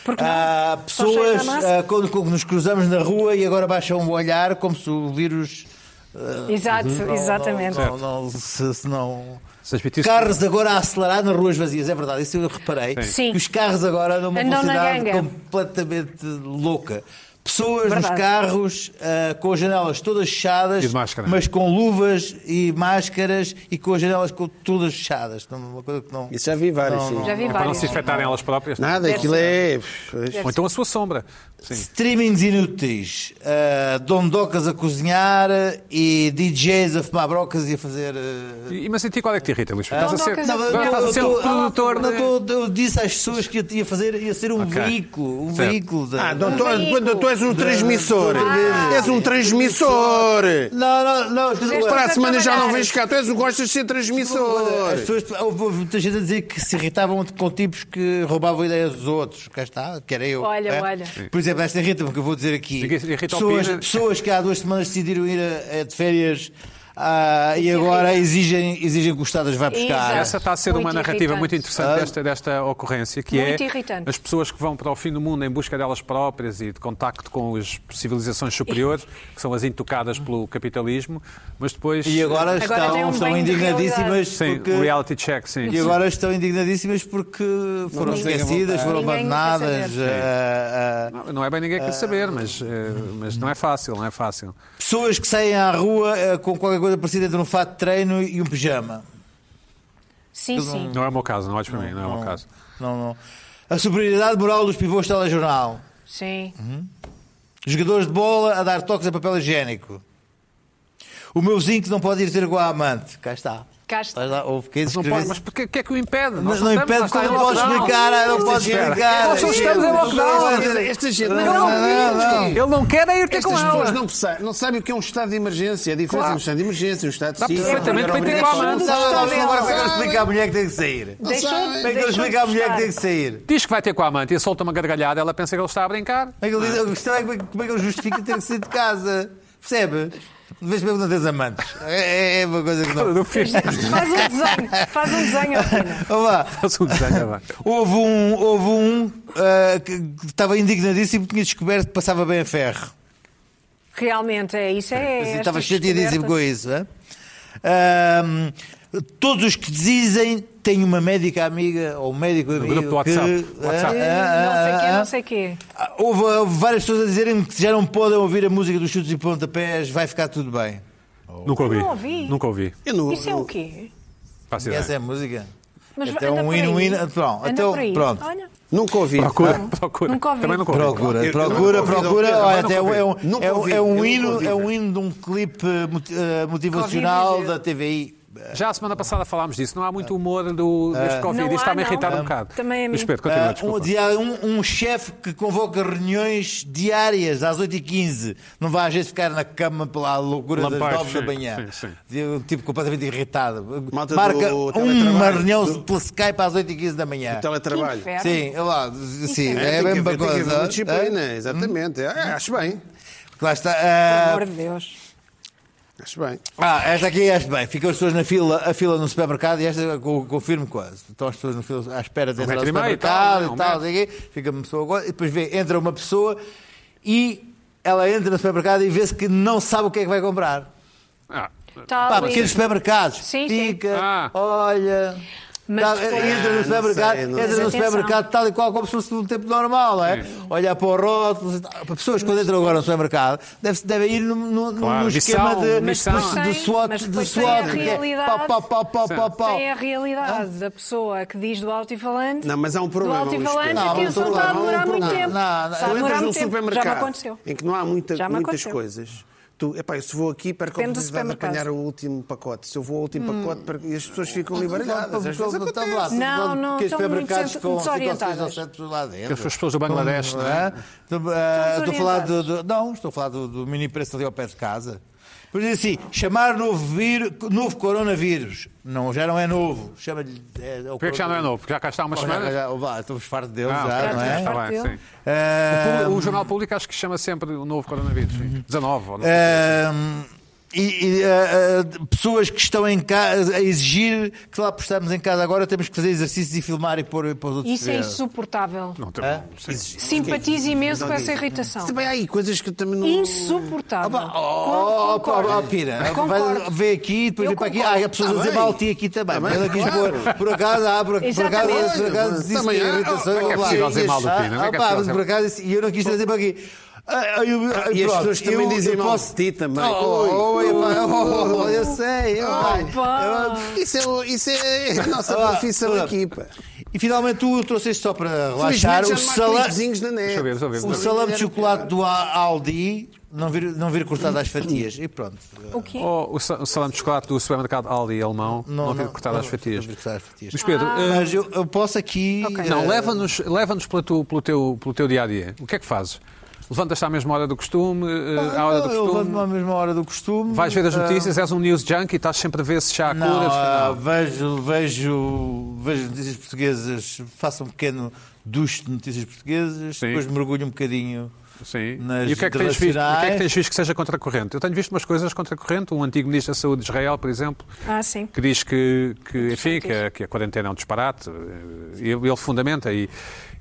Speaker 3: Porque não?
Speaker 4: Há
Speaker 3: Só cheira a
Speaker 4: pessoas
Speaker 3: massa.
Speaker 4: ah, quando, quando nos cruzamos na rua e agora baixam o olhar como se o vírus.
Speaker 1: Uhum.
Speaker 4: ah,
Speaker 3: Exato,
Speaker 4: não-
Speaker 3: exatamente.
Speaker 4: Não, não, não- se, se não-
Speaker 1: Se transmitisse-
Speaker 4: Carros agora a acelerar nas ruas vazias, é verdade, isso eu reparei.
Speaker 3: Sim.
Speaker 4: Que os carros agora numa
Speaker 3: Andam na
Speaker 4: velocidade
Speaker 3: ganga.
Speaker 4: completamente louca. Pessoas nos
Speaker 3: Verdade.
Speaker 4: carros ah, com as janelas todas fechadas,
Speaker 1: E de máscara.
Speaker 4: mas com luvas e máscaras e com as janelas co- todas fechadas. Não- Uma coisa que não.
Speaker 2: Ah, Isso já vi vários, sim.
Speaker 3: Já vi
Speaker 1: É para não
Speaker 3: vários.
Speaker 1: se infectarem elas próprias.
Speaker 2: Nada, aquilo é.
Speaker 1: Ou então a sua sombra. Sim.
Speaker 4: Streamings inúteis, ah, dondocas a cozinhar e DJs a fumar brocas e a fazer. ah,
Speaker 1: E, mas a ti qual é que te irrita, Luís? Estás a
Speaker 3: Então não,
Speaker 1: ser,
Speaker 3: quer dizer,
Speaker 4: Não,
Speaker 1: estás
Speaker 4: mas
Speaker 3: Agora
Speaker 1: a
Speaker 4: eu
Speaker 1: ser
Speaker 4: tô-
Speaker 1: um
Speaker 4: eu tô-
Speaker 1: produtor.
Speaker 4: não,
Speaker 1: de-
Speaker 4: eu tô- eu disse às pessoas que eu ia fazer, ia ser um
Speaker 1: Ok.
Speaker 4: veículo, um
Speaker 1: Certo.
Speaker 4: veículo da.
Speaker 2: Ah, então tu, quando tu és um transmissor.
Speaker 4: Ah.
Speaker 2: és um transmissor.
Speaker 4: Não, não, não, as pessoas-
Speaker 2: Para a
Speaker 3: a
Speaker 2: semana já não
Speaker 3: trabalhar.
Speaker 2: vens cá. Tu és, o- gostas de ser transmissor.
Speaker 4: as pessoas, houve houve muita gente a dizer que se irritavam com tipos que roubavam ideias dos outros. Cá está, que era eu.
Speaker 3: Olha,
Speaker 4: é?
Speaker 3: olha.
Speaker 4: Por exemplo, esta irrita-me que eu vou dizer aqui.
Speaker 1: Diga- irrita o
Speaker 4: pessoas,
Speaker 1: Pina.
Speaker 4: pessoas que há duas semanas decidiram ir a- a- de férias ah, e agora exigem, exigem que o Estado as vá buscar.
Speaker 3: é Exato.
Speaker 1: Ah, Essa está a ser
Speaker 3: Muito
Speaker 1: uma narrativa
Speaker 3: irritante.
Speaker 1: muito interessante desta, desta ocorrência, que
Speaker 3: Muito
Speaker 1: é
Speaker 3: irritante.
Speaker 1: as pessoas que vão para o fim do mundo em busca delas próprias e de contacto com as civilizações superiores, que são as intocadas pelo capitalismo, mas depois...
Speaker 4: E agora,
Speaker 3: tem
Speaker 4: estão,
Speaker 3: um
Speaker 4: estão
Speaker 3: banho de
Speaker 4: indignadíssimas
Speaker 1: Sim,
Speaker 4: porque...
Speaker 1: reality check, sim.
Speaker 4: E agora estão indignadíssimas porque foram
Speaker 2: ninguém quer
Speaker 4: esquecidas,
Speaker 2: voltar.
Speaker 4: foram
Speaker 3: Ninguém quer
Speaker 4: abandonadas.
Speaker 3: saber.
Speaker 4: ah, ah,
Speaker 1: Não, não é bem ninguém que quer saber, mas, eh, mas não é fácil, não é fácil.
Speaker 4: pessoas que saem à rua ah, com qualquer coisa parecida entre um fato de treino e um pijama.
Speaker 3: Sim, sim.
Speaker 1: Não é o meu caso, não olhes para mim, não é o meu caso.
Speaker 4: Não, não. A superioridade moral dos pivôs de telejornal.
Speaker 3: Sim.
Speaker 1: Uhum.
Speaker 4: Jogadores de bola a dar toques a papel higiênico. O meu vizinho que não pode ir ter com a amante. Cá está.
Speaker 3: Cá está.
Speaker 4: Lá, houve quem
Speaker 1: Mas não pode,
Speaker 4: escrevesse-
Speaker 1: mas porquê que é que o impede?
Speaker 4: Mas
Speaker 1: Nós
Speaker 4: não
Speaker 1: estamos,
Speaker 4: impede
Speaker 1: nós
Speaker 4: que eu não
Speaker 1: estamos
Speaker 4: posso
Speaker 1: em lockdown.
Speaker 4: explicar, ah, não posso
Speaker 1: Espera.
Speaker 4: explicar.
Speaker 1: Nós só estamos em lockdown.
Speaker 2: Esta gente
Speaker 1: Não, Ele não quer é ir ter
Speaker 2: Estas
Speaker 1: com
Speaker 2: pessoas
Speaker 1: elas.
Speaker 2: não, perce- não sabem o que é um estado de emergência. A diferença
Speaker 1: Claro.
Speaker 2: entre um estado de emergência e um estado de
Speaker 1: Dá
Speaker 2: sítio.
Speaker 1: perfeitamente para ter com a mão.
Speaker 4: Não, não, não, agora como é que eu
Speaker 2: Não
Speaker 4: explico à mulher que tem que sair?
Speaker 3: Deixou,
Speaker 2: sabem.
Speaker 4: Como é que eu
Speaker 3: deixou
Speaker 4: explico à
Speaker 3: de
Speaker 4: mulher que
Speaker 3: gostar.
Speaker 4: tem que sair?
Speaker 1: Diz que vai ter com a amante e solta uma gargalhada, ela pensa que ele está a brincar.
Speaker 4: Como é que ele diz- A questão é como é que- como é que ele justifica ter que sair de casa? Percebe? De vez em quando não tens amantes. É, é- é uma coisa que não.
Speaker 1: Do filho.
Speaker 3: Faz um desenho, faz um desenho, Alpina.
Speaker 4: Vamos lá.
Speaker 1: Faz um desenho, vai.
Speaker 4: Houve um, houve um ah, que que estava indignadíssimo que tinha descoberto que passava bem a ferro.
Speaker 3: Realmente, é isso. É
Speaker 4: Assim,
Speaker 3: estas
Speaker 4: estava chateadíssimo
Speaker 3: descobertas.
Speaker 4: com isso. hã? Ahm, todos os que dizem têm uma médica amiga ou um médico amigo.
Speaker 1: grupo do WhatsApp.
Speaker 4: Que,
Speaker 1: WhatsApp.
Speaker 4: hã?
Speaker 3: Não sei quê,
Speaker 4: Hã?
Speaker 3: não sei quê.
Speaker 4: Ah, Houve, houve várias pessoas a dizerem que já não podem ouvir a música dos chutes e pontapés, vai ficar tudo bem.
Speaker 1: Nunca ouvi.
Speaker 3: Não ouvi.
Speaker 1: Nunca ouvi.
Speaker 2: Eu não-
Speaker 3: Isso é o quê?
Speaker 1: Faço
Speaker 4: E
Speaker 1: ideia.
Speaker 4: essa é a música?
Speaker 3: Mas
Speaker 4: Até
Speaker 3: anda
Speaker 4: um
Speaker 3: por aí.
Speaker 4: hino, hino natural.
Speaker 3: Anda
Speaker 4: Então,
Speaker 3: por aí.
Speaker 4: pronto.
Speaker 3: Olha,
Speaker 2: Nunca ouvi.
Speaker 1: Procura,
Speaker 2: Ah,
Speaker 1: procura.
Speaker 3: Nunca ouvi.
Speaker 1: Também nunca ouvi.
Speaker 4: Procura,
Speaker 2: Eu- eu
Speaker 4: procura,
Speaker 2: nunca ouvi,
Speaker 4: procura.
Speaker 2: não,
Speaker 4: Olha,
Speaker 2: eu
Speaker 4: até é
Speaker 2: nunca
Speaker 4: um,
Speaker 2: ouvi. Nunca
Speaker 4: é, um,
Speaker 2: ouvi,
Speaker 4: é,
Speaker 2: eu
Speaker 4: um
Speaker 2: nunca
Speaker 4: hino,
Speaker 2: ouvi.
Speaker 4: é um hino de um clipe moti- eh,
Speaker 3: Nunca
Speaker 4: motivacional
Speaker 3: ouvi dizer.
Speaker 4: da TVI.
Speaker 1: Já a semana passada falámos disso. Não há muito humor do, deste Covid.
Speaker 3: Não
Speaker 1: Isto
Speaker 3: há,
Speaker 1: está-me a
Speaker 3: não.
Speaker 1: irritar um
Speaker 3: Ah,
Speaker 1: bocado.
Speaker 3: também a mim.
Speaker 1: Luís Pedro,
Speaker 4: Ah,
Speaker 1: continua,
Speaker 4: um,
Speaker 1: desculpa.
Speaker 4: dizia um, um chefe que convoca reuniões diárias às 8h15. Não vai às vezes ficar na cama pela loucura das
Speaker 1: Lampagem,
Speaker 4: 9 da manhã.
Speaker 1: sim, sim.
Speaker 4: Dizia Um tipo completamente irritado.
Speaker 2: Malta do
Speaker 4: Marca uma
Speaker 2: teletrabalho, Então,
Speaker 4: reunião
Speaker 2: do-
Speaker 4: pela Skype às 8h15 da manhã.
Speaker 2: o
Speaker 3: Que
Speaker 2: teletrabalho.
Speaker 3: inferno.
Speaker 4: Sim, é lá, sim,
Speaker 3: é-
Speaker 2: tem que
Speaker 4: é, bem
Speaker 2: haver- tem que haver
Speaker 4: bagosa.
Speaker 2: disciplina, exatamente. É, acho bem.
Speaker 4: Lá está.
Speaker 3: pelo
Speaker 4: ah,
Speaker 3: amor de Deus.
Speaker 2: Acho bem.
Speaker 4: Ah, esta aqui, esta bem, ficam as pessoas na fila, a fila no supermercado e esta eu co- confirmo quase. Estão as pessoas na fila à espera de
Speaker 1: Um
Speaker 4: entrar no
Speaker 1: metro e meio,
Speaker 4: supermercado
Speaker 1: tal,
Speaker 4: e
Speaker 1: um
Speaker 4: tal,
Speaker 1: metro.
Speaker 4: sei o quê. fica uma pessoa agora, e depois vê, entra uma pessoa e ela entra no supermercado e vê-se que não sabe o que é que vai comprar.
Speaker 1: Ah,
Speaker 3: Tal
Speaker 4: Pá,
Speaker 3: e-
Speaker 4: pequenos supermercados.
Speaker 3: Sim, sim.
Speaker 4: Fica,
Speaker 1: Ah.
Speaker 4: olha.
Speaker 3: Mas
Speaker 4: tal,
Speaker 3: depois-
Speaker 4: entra
Speaker 2: Ah,
Speaker 4: no
Speaker 2: não
Speaker 4: supermercado,
Speaker 2: sei, não
Speaker 4: entra
Speaker 3: sei.
Speaker 4: no
Speaker 3: Mas atenção.
Speaker 4: supermercado tal e qual como se fosse um tempo normal, não é? Olhar para o rótulo. e tal. Para Pessoas que quando entram agora no supermercado devem deve ir no, no- no-
Speaker 1: Claro,
Speaker 4: no esquema
Speaker 1: missão,
Speaker 4: de,
Speaker 1: missão.
Speaker 4: de- de
Speaker 3: Mas
Speaker 4: SWOT.
Speaker 3: tem-
Speaker 4: de
Speaker 3: mas
Speaker 4: SWOT
Speaker 3: tem a
Speaker 4: que é
Speaker 3: realidade.
Speaker 4: pau, pau, pau, pau, pau, pau.
Speaker 3: Tem a realidade da pessoa que diz do alto-falante.
Speaker 2: Não, mas há um
Speaker 3: Do
Speaker 2: problema, Luís
Speaker 3: alto-falante
Speaker 2: Pedro.
Speaker 4: Não,
Speaker 3: é
Speaker 4: há
Speaker 3: que
Speaker 4: um
Speaker 3: o som está a
Speaker 4: problema, há
Speaker 3: demorar
Speaker 4: um
Speaker 3: muito
Speaker 4: problema.
Speaker 3: tempo.
Speaker 4: Não,
Speaker 3: Está a
Speaker 4: não, eu um
Speaker 2: Tu
Speaker 3: demorar
Speaker 2: entras
Speaker 3: muito
Speaker 2: num
Speaker 3: tempo. Já me
Speaker 2: supermercado
Speaker 3: aconteceu.
Speaker 2: em que não há muita-
Speaker 3: Já me
Speaker 2: muitas
Speaker 3: aconteceu.
Speaker 2: coisas. Tu, epá, eu se vou aqui para
Speaker 3: Depende do
Speaker 2: comprar
Speaker 3: supermercado.
Speaker 2: apanhar o último pacote. Se eu vou ao último pacote para- e as pessoas ficam liberalhadas. é, Às vezes acontece.
Speaker 3: Não, não, estão muito desen- desorientadas.
Speaker 1: as pessoas do Bangladesh, não é?
Speaker 4: Estou a falar do,
Speaker 3: desorientadas.
Speaker 4: do- Não, estou a falar do, do mini preço ali ao pé de casa. Por dizer assim, chamar novo, vir, novo coronavírus. Não, já não é novo. Chama-lhe. É, o
Speaker 1: Porquê que já não é
Speaker 4: coronavírus.
Speaker 1: novo? Porque já cá está há umas
Speaker 4: Já, já,
Speaker 1: semanas?
Speaker 4: já, vá, Estamos fartos dele
Speaker 1: Ah,
Speaker 4: já,
Speaker 1: ok,
Speaker 4: não
Speaker 1: está
Speaker 4: é?
Speaker 3: estamos fartos.
Speaker 1: bem, sim.
Speaker 4: Ah,
Speaker 1: O Jornal Público acho que chama sempre o novo coronavírus.
Speaker 4: Uhum.
Speaker 1: sim. 19. ou não.
Speaker 4: É. Ahm, e, e, ah, ah, pessoas que estão em casa a exigir que lá por estarmos em casa agora temos que fazer exercícios e filmar e pôr para os outros
Speaker 3: Isso é
Speaker 4: verem.
Speaker 3: insuportável.
Speaker 1: Não, tem- sim.
Speaker 3: Simpatizo imenso com essa irritação.
Speaker 2: Também há aí coisas que eu também não.
Speaker 3: Insuportável. Com-
Speaker 4: Oh, pá,
Speaker 3: concordo.
Speaker 4: oh, Pira,
Speaker 3: Concordo.
Speaker 4: vai- vê aqui, depois
Speaker 3: Eu
Speaker 4: vem para aqui.
Speaker 3: concordo.
Speaker 4: Ah, há pessoas a
Speaker 2: Tá
Speaker 4: dizer
Speaker 2: bem.
Speaker 4: mal ti aqui também.
Speaker 2: bem,
Speaker 4: Ela quis pôr, por acaso, ah, por, por acaso,
Speaker 3: Exatamente.
Speaker 4: por acaso disse
Speaker 2: Também
Speaker 4: que
Speaker 2: há.
Speaker 4: é
Speaker 1: Como é
Speaker 4: irritação.
Speaker 1: que é
Speaker 4: blá, blá.
Speaker 1: possível dizer mal do Pira? Como é
Speaker 4: Ah,
Speaker 1: que é
Speaker 4: pá,
Speaker 1: possível
Speaker 4: mas
Speaker 1: dizer-
Speaker 4: por acaso, disse- e eu não quis trazer para aqui. Ah, eu- ah,
Speaker 2: E as
Speaker 4: pronto,
Speaker 2: pessoas também
Speaker 4: eu-
Speaker 2: dizem
Speaker 4: eu
Speaker 2: mal
Speaker 4: posso-
Speaker 2: de ti também.
Speaker 4: Oh, oh, oh, epá, oh, oh, eu sei. eu-
Speaker 3: pá.
Speaker 4: eu-
Speaker 2: Isso é, o- isso é a nossa
Speaker 4: Ah,
Speaker 2: profissão
Speaker 4: olá.
Speaker 2: aqui, pá.
Speaker 4: E finalmente tu trouxeste só para relaxar o, sala...
Speaker 2: vizinhos na net.
Speaker 1: Deixa eu ver, deixa eu ver.
Speaker 2: é?
Speaker 4: o salame de chocolate do A- Aldi não vir, não vir cortado às fatias. E pronto.
Speaker 3: O quê?
Speaker 1: Ou o sa- o salame de chocolate do supermercado Aldi alemão, não, vir cortado
Speaker 4: não,
Speaker 1: às fatias.
Speaker 4: Não vir cortado às fatias.
Speaker 1: Mas Pedro, eh,
Speaker 4: Mas eu, eu posso aqui.
Speaker 1: não,
Speaker 4: eh,
Speaker 1: leva-nos leva pelo, teu, pelo, teu, pelo teu dia a dia. O que é que fazes? Levantas-te à mesma hora do costume, eh, à hora do
Speaker 4: Ah, eu levanto-me
Speaker 1: costume,
Speaker 4: à mesma hora do costume.
Speaker 1: vais ver as
Speaker 4: Ah,
Speaker 1: notícias, és um news junkie, estás sempre a ver se já há
Speaker 4: Não,
Speaker 1: curas.
Speaker 4: ah, vejo, vejo, vejo notícias portuguesas, faço um pequeno duche de notícias portuguesas,
Speaker 1: Sim.
Speaker 4: depois mergulho um bocadinho.
Speaker 1: Sim.
Speaker 4: nas
Speaker 1: E o que, é que tens visto? o que é que
Speaker 4: internacionais.
Speaker 1: tens visto que seja contracorrente? Eu tenho visto umas coisas contracorrente. Um antigo ministro da Saúde de Israel, por exemplo,
Speaker 3: Ah, sim.
Speaker 1: que diz que, que, enfim, que, a, que a quarentena é um disparate. Ele, ele fundamenta e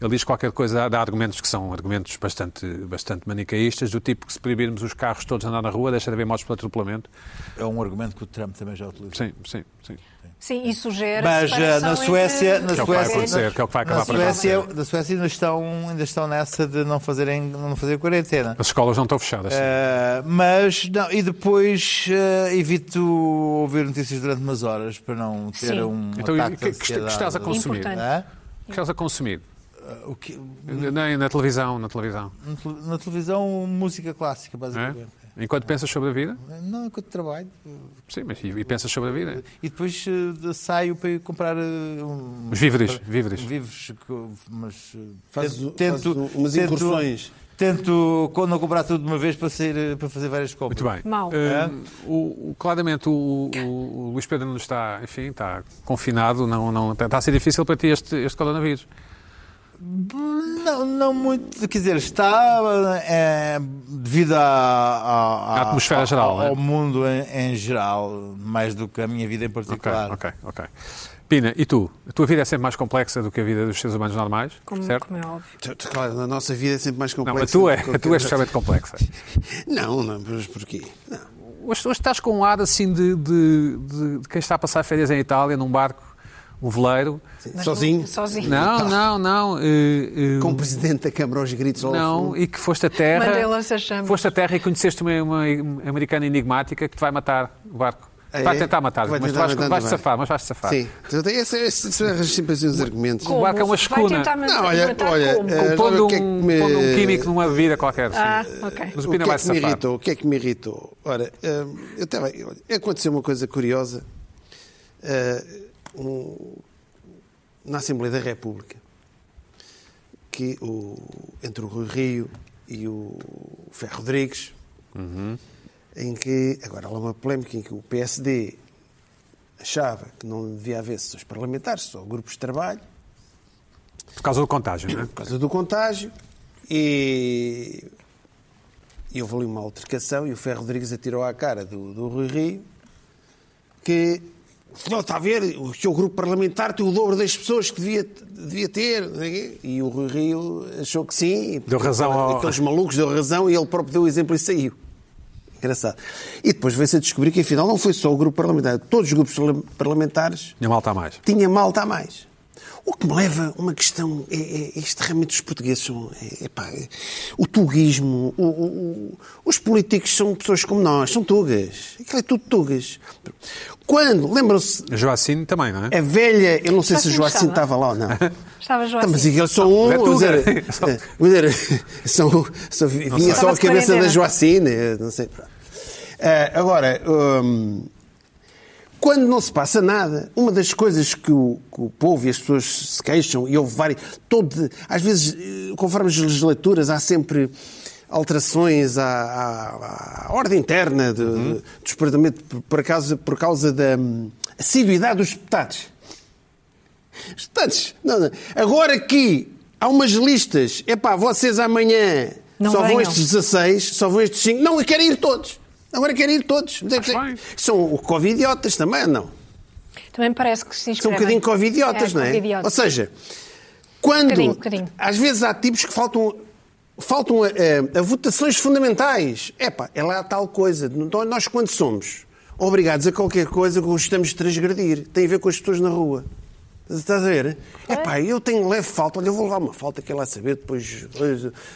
Speaker 1: ele diz qualquer coisa, dá argumentos que são argumentos bastante, bastante manicaístas, do tipo que se proibirmos os carros todos a andar na rua, deixa de haver mortes por atropelamento.
Speaker 4: É um argumento que o Trump também já utilizou.
Speaker 1: Sim, sim, sim.
Speaker 3: Sim, e sugere.
Speaker 4: Mas eh,
Speaker 3: separação
Speaker 4: na
Speaker 3: entre-
Speaker 4: Suécia, na
Speaker 1: Que é o que vai acontecer,
Speaker 4: Suécia,
Speaker 1: que é o que vai acabar
Speaker 4: na
Speaker 1: por
Speaker 4: Suécia,
Speaker 1: acontecer.
Speaker 4: na Suécia ainda estão, ainda estão nessa de não fazerem, não fazer quarentena.
Speaker 1: As escolas não estão fechadas.
Speaker 4: Eh, mas não, e depois eh, evito ouvir notícias durante umas horas para não ter
Speaker 3: Sim.
Speaker 4: um
Speaker 1: Então, e
Speaker 4: ataque
Speaker 1: o que-
Speaker 4: de
Speaker 1: que- que estás a
Speaker 4: ansiedade.
Speaker 1: consumir?
Speaker 3: Importante.
Speaker 4: Hã?
Speaker 1: O que estás a consumir?
Speaker 4: Eh, o que-
Speaker 1: Nem na televisão, na televisão.
Speaker 4: na tele- na televisão música clássica basicamente.
Speaker 1: é? Enquanto pensas sobre a vida?
Speaker 4: Não, enquanto trabalho.
Speaker 1: Sim, mas e, e pensas sobre a vida?
Speaker 4: E depois eh, de- saio para ir comprar eh, um-
Speaker 1: Os víveres, víveres.
Speaker 4: Víveres, que- mas eh,
Speaker 2: Fazes o-
Speaker 4: tento, tento,
Speaker 2: fazes o- umas
Speaker 4: tento-
Speaker 2: incursões.
Speaker 4: Tento, quando não comprar tudo de uma vez, para, sair, eh, para fazer várias compras.
Speaker 1: Muito bem.
Speaker 3: Mau.
Speaker 2: É?
Speaker 1: Eh, o, o- claramente o, o- o Luís Pedro não está, enfim, está confinado, não, não, está, está a ser difícil para ti este, este coronavírus.
Speaker 4: Não, não muito. Quer dizer, está eh, devido à, à-
Speaker 1: À atmosfera
Speaker 4: ao-
Speaker 1: geral,
Speaker 4: ao,
Speaker 1: né?
Speaker 4: ao mundo em, em geral, mais do que a minha vida em
Speaker 1: Ok,
Speaker 4: particular.
Speaker 1: ok, ok. Pina, e tu? A tua vida é sempre mais complexa do que a vida dos seres humanos normais,
Speaker 3: Como,
Speaker 1: certo?
Speaker 3: como é óbvio.
Speaker 2: Claro, na nossa vida é sempre mais
Speaker 1: Não,
Speaker 2: complexa.
Speaker 1: a tua, é,
Speaker 2: do que
Speaker 1: a tua é
Speaker 2: qualquer
Speaker 1: especialmente complexa.
Speaker 2: outra. Não, não, mas porquê? Não.
Speaker 1: Hoje, hoje estás com um ar assim de, de- de- de quem está a passar férias em Itália, num barco, um veleiro.
Speaker 2: Sozinho?
Speaker 3: Sozinho.
Speaker 1: Não, não, não. eh, eh,
Speaker 2: Com o presidente da Câmara aos gritos ao
Speaker 1: Não,
Speaker 2: fundo.
Speaker 1: e que foste a terra.
Speaker 3: Mandei lança-chamas.
Speaker 1: Foste a terra e conheceste uma, uma americana enigmática que te vai matar o barco. Vai tentar matar,
Speaker 2: Ah, é? Vai
Speaker 1: mas
Speaker 2: tentar
Speaker 1: vais,
Speaker 2: matar
Speaker 1: vais
Speaker 2: também.
Speaker 1: safar, mas vais safar.
Speaker 2: Sim. Então, esse- esse- esse- arranjas sempre assim uns argumentos.
Speaker 1: O barco é uma
Speaker 3: Vai
Speaker 1: escuna.
Speaker 3: tentar
Speaker 2: Não, olha,
Speaker 3: matar
Speaker 2: olha,
Speaker 3: como?
Speaker 2: eh,
Speaker 1: Pondo
Speaker 2: o que é que
Speaker 1: um,
Speaker 2: me-
Speaker 1: pondo um químico numa vida qualquer. sim.
Speaker 3: Ah, ok.
Speaker 1: Mas o
Speaker 2: O que
Speaker 1: Pina vai
Speaker 2: é que me
Speaker 1: safar.
Speaker 2: irritou? O que é que me irritou? Ora, hum, eu estava. olha, Aconteceu uma coisa curiosa hum, um- na Assembleia da República, que o, entre o Rui Rio e o Ferro Rodrigues, em que agora há uma polémica em que o PSD achava que não devia haver sessões parlamentares, só grupos de trabalho,
Speaker 1: Por causa do contágio, não é?
Speaker 2: por causa do contágio e, e houve ali uma altercação e o Ferro Rodrigues atirou à cara do, do Rui Rio que não está a ver, o seu grupo parlamentar tem o dobro das pessoas que devia, devia ter. não sei quê. E o Rui Rio achou que sim. e
Speaker 1: Deu razão ao-
Speaker 2: Ah, Aqueles malucos deu razão e ele próprio deu o exemplo e saiu. Engraçado. E depois veio-se a descobrir que afinal não foi só o grupo parlamentar. Todos os grupos parlamentares
Speaker 1: Minha malta a mais.
Speaker 2: tinha malta a mais. O que me leva a uma questão, é, é, este realmente os portugueses são, é, é, pá, é, o tuguismo, o- o- o- os políticos são pessoas como nós, são tugas, aquilo é tudo tugas. Quando, lembram-se,
Speaker 1: Joacine também, não é?
Speaker 2: a velha, eu não sei se o
Speaker 3: Joaquim
Speaker 2: Joacim
Speaker 3: estava.
Speaker 2: estava lá ou não,
Speaker 3: Estava
Speaker 2: Tá,
Speaker 3: Joaquim.
Speaker 2: mas eles são um,
Speaker 1: é
Speaker 2: quer
Speaker 1: tuga.
Speaker 2: dizer, eh, quer dizer, são, são, vinha só a
Speaker 3: Estava-se
Speaker 2: cabeça da
Speaker 3: quarentena.
Speaker 2: Joacine, eh, não sei. pronto. Eh, agora, hum, quando não se passa nada, uma das coisas que o, que o povo e as pessoas se queixam, e houve várias. Todo, às vezes, eh, conforme as legislaturas, há sempre alterações à, à- à ordem interna do, do Parlamento por, por causa, por causa da hum, assiduidade dos deputados. Os deputados, não, não. Agora que há umas listas, é pá, vocês amanhã
Speaker 3: Não
Speaker 2: só vão
Speaker 3: venham.
Speaker 2: estes 16, só vão estes 5. Não, eu quero ir todos. Agora quero ir todos.
Speaker 1: bem.
Speaker 2: São o covidiotas também, não?
Speaker 3: Também me parece que se
Speaker 2: São um
Speaker 3: inscrevem.
Speaker 2: bocadinho covidiotas,
Speaker 3: É,
Speaker 2: não é?
Speaker 3: covidiotas. Um
Speaker 2: Ou seja, quando.
Speaker 3: Bocadinho, bocadinho.
Speaker 2: Às vezes há tipos que faltam. Faltam a, a- a votações fundamentais. Epá, é lá tal coisa. Então, Nós, quando somos obrigados a qualquer coisa, gostamos de transgredir. Tem a ver com as pessoas na rua. Estás a ver? Epá, eu tenho leve falta. Olha, eu vou levar uma falta, quer lá saber. Depois,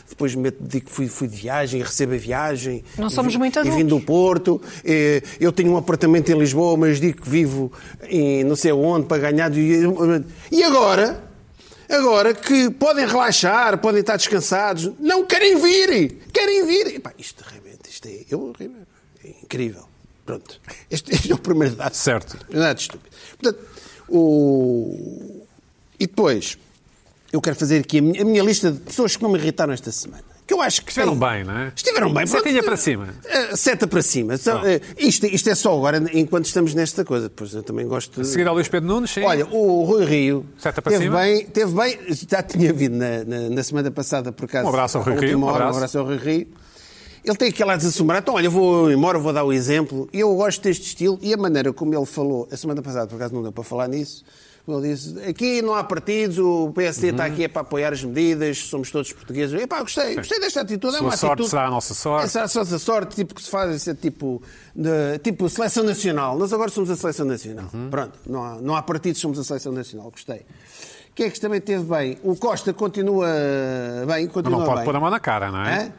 Speaker 2: depois meto, digo que fui, fui de viagem, recebo a viagem.
Speaker 3: Não
Speaker 2: E
Speaker 3: somos
Speaker 2: vi-
Speaker 3: muito
Speaker 2: e vim um
Speaker 3: adultos.
Speaker 2: do Porto, eh, eu tenho um apartamento em Lisboa, mas digo que vivo em não sei onde para ganhar. dinheiro. E agora? Agora que podem relaxar, podem estar descansados, não querem vir! Querem vir! Epá, isto realmente isto é, eu- é incrível. Pronto. Este, este é o primeiro dado.
Speaker 1: Certo.
Speaker 2: Nada estúpido. Portanto, o... E depois, eu quero fazer aqui a minha, a minha lista de pessoas que não me irritaram esta semana. Que eu acho que
Speaker 1: Estiveram
Speaker 2: têm-
Speaker 1: bem, não é?
Speaker 2: Estiveram bem.
Speaker 1: Setinha
Speaker 2: Pronto.
Speaker 1: para cima.
Speaker 2: Eh, Seta para cima. Então, eh, Isto, isto é só agora, enquanto estamos nesta coisa. Pois eu também gosto de...
Speaker 1: Seguir ao Luís Pedro Nunes, sim.
Speaker 2: Olha, o Rui Rio
Speaker 1: Seta para
Speaker 2: teve
Speaker 1: cima.
Speaker 2: bem, teve bem, já tinha vindo na, na- na semana passada, por acaso.
Speaker 1: Um abraço ao Rui
Speaker 2: à última
Speaker 1: Rio, um
Speaker 2: hora,
Speaker 1: abraço.
Speaker 2: um abraço ao Rui Rio. Ele tem aquela desassombrada. Então, olha, vou embora, vou dar o exemplo. E eu gosto deste estilo e a maneira como ele falou, a semana passada, por acaso não deu para falar nisso, ele disse, aqui não há partidos, o PSD está
Speaker 1: Uhum.
Speaker 2: aqui é para apoiar as medidas, somos todos portugueses. Epá, gostei, gostei desta atitude. é
Speaker 1: Sua
Speaker 2: uma
Speaker 1: sorte
Speaker 2: atitude...
Speaker 1: será a nossa sorte.
Speaker 2: Essa- essa sorte, sorte tipo que se faz esse tipo, de- tipo seleção nacional. Nós agora somos a seleção nacional.
Speaker 1: Uhum.
Speaker 2: Pronto, não há, não há partidos, somos a seleção nacional. Gostei. Quem é que também teve bem? O Costa continua bem,
Speaker 1: Mas
Speaker 2: continua
Speaker 1: não pode
Speaker 2: bem.
Speaker 1: pôr a mão na cara, não é?
Speaker 2: Hã?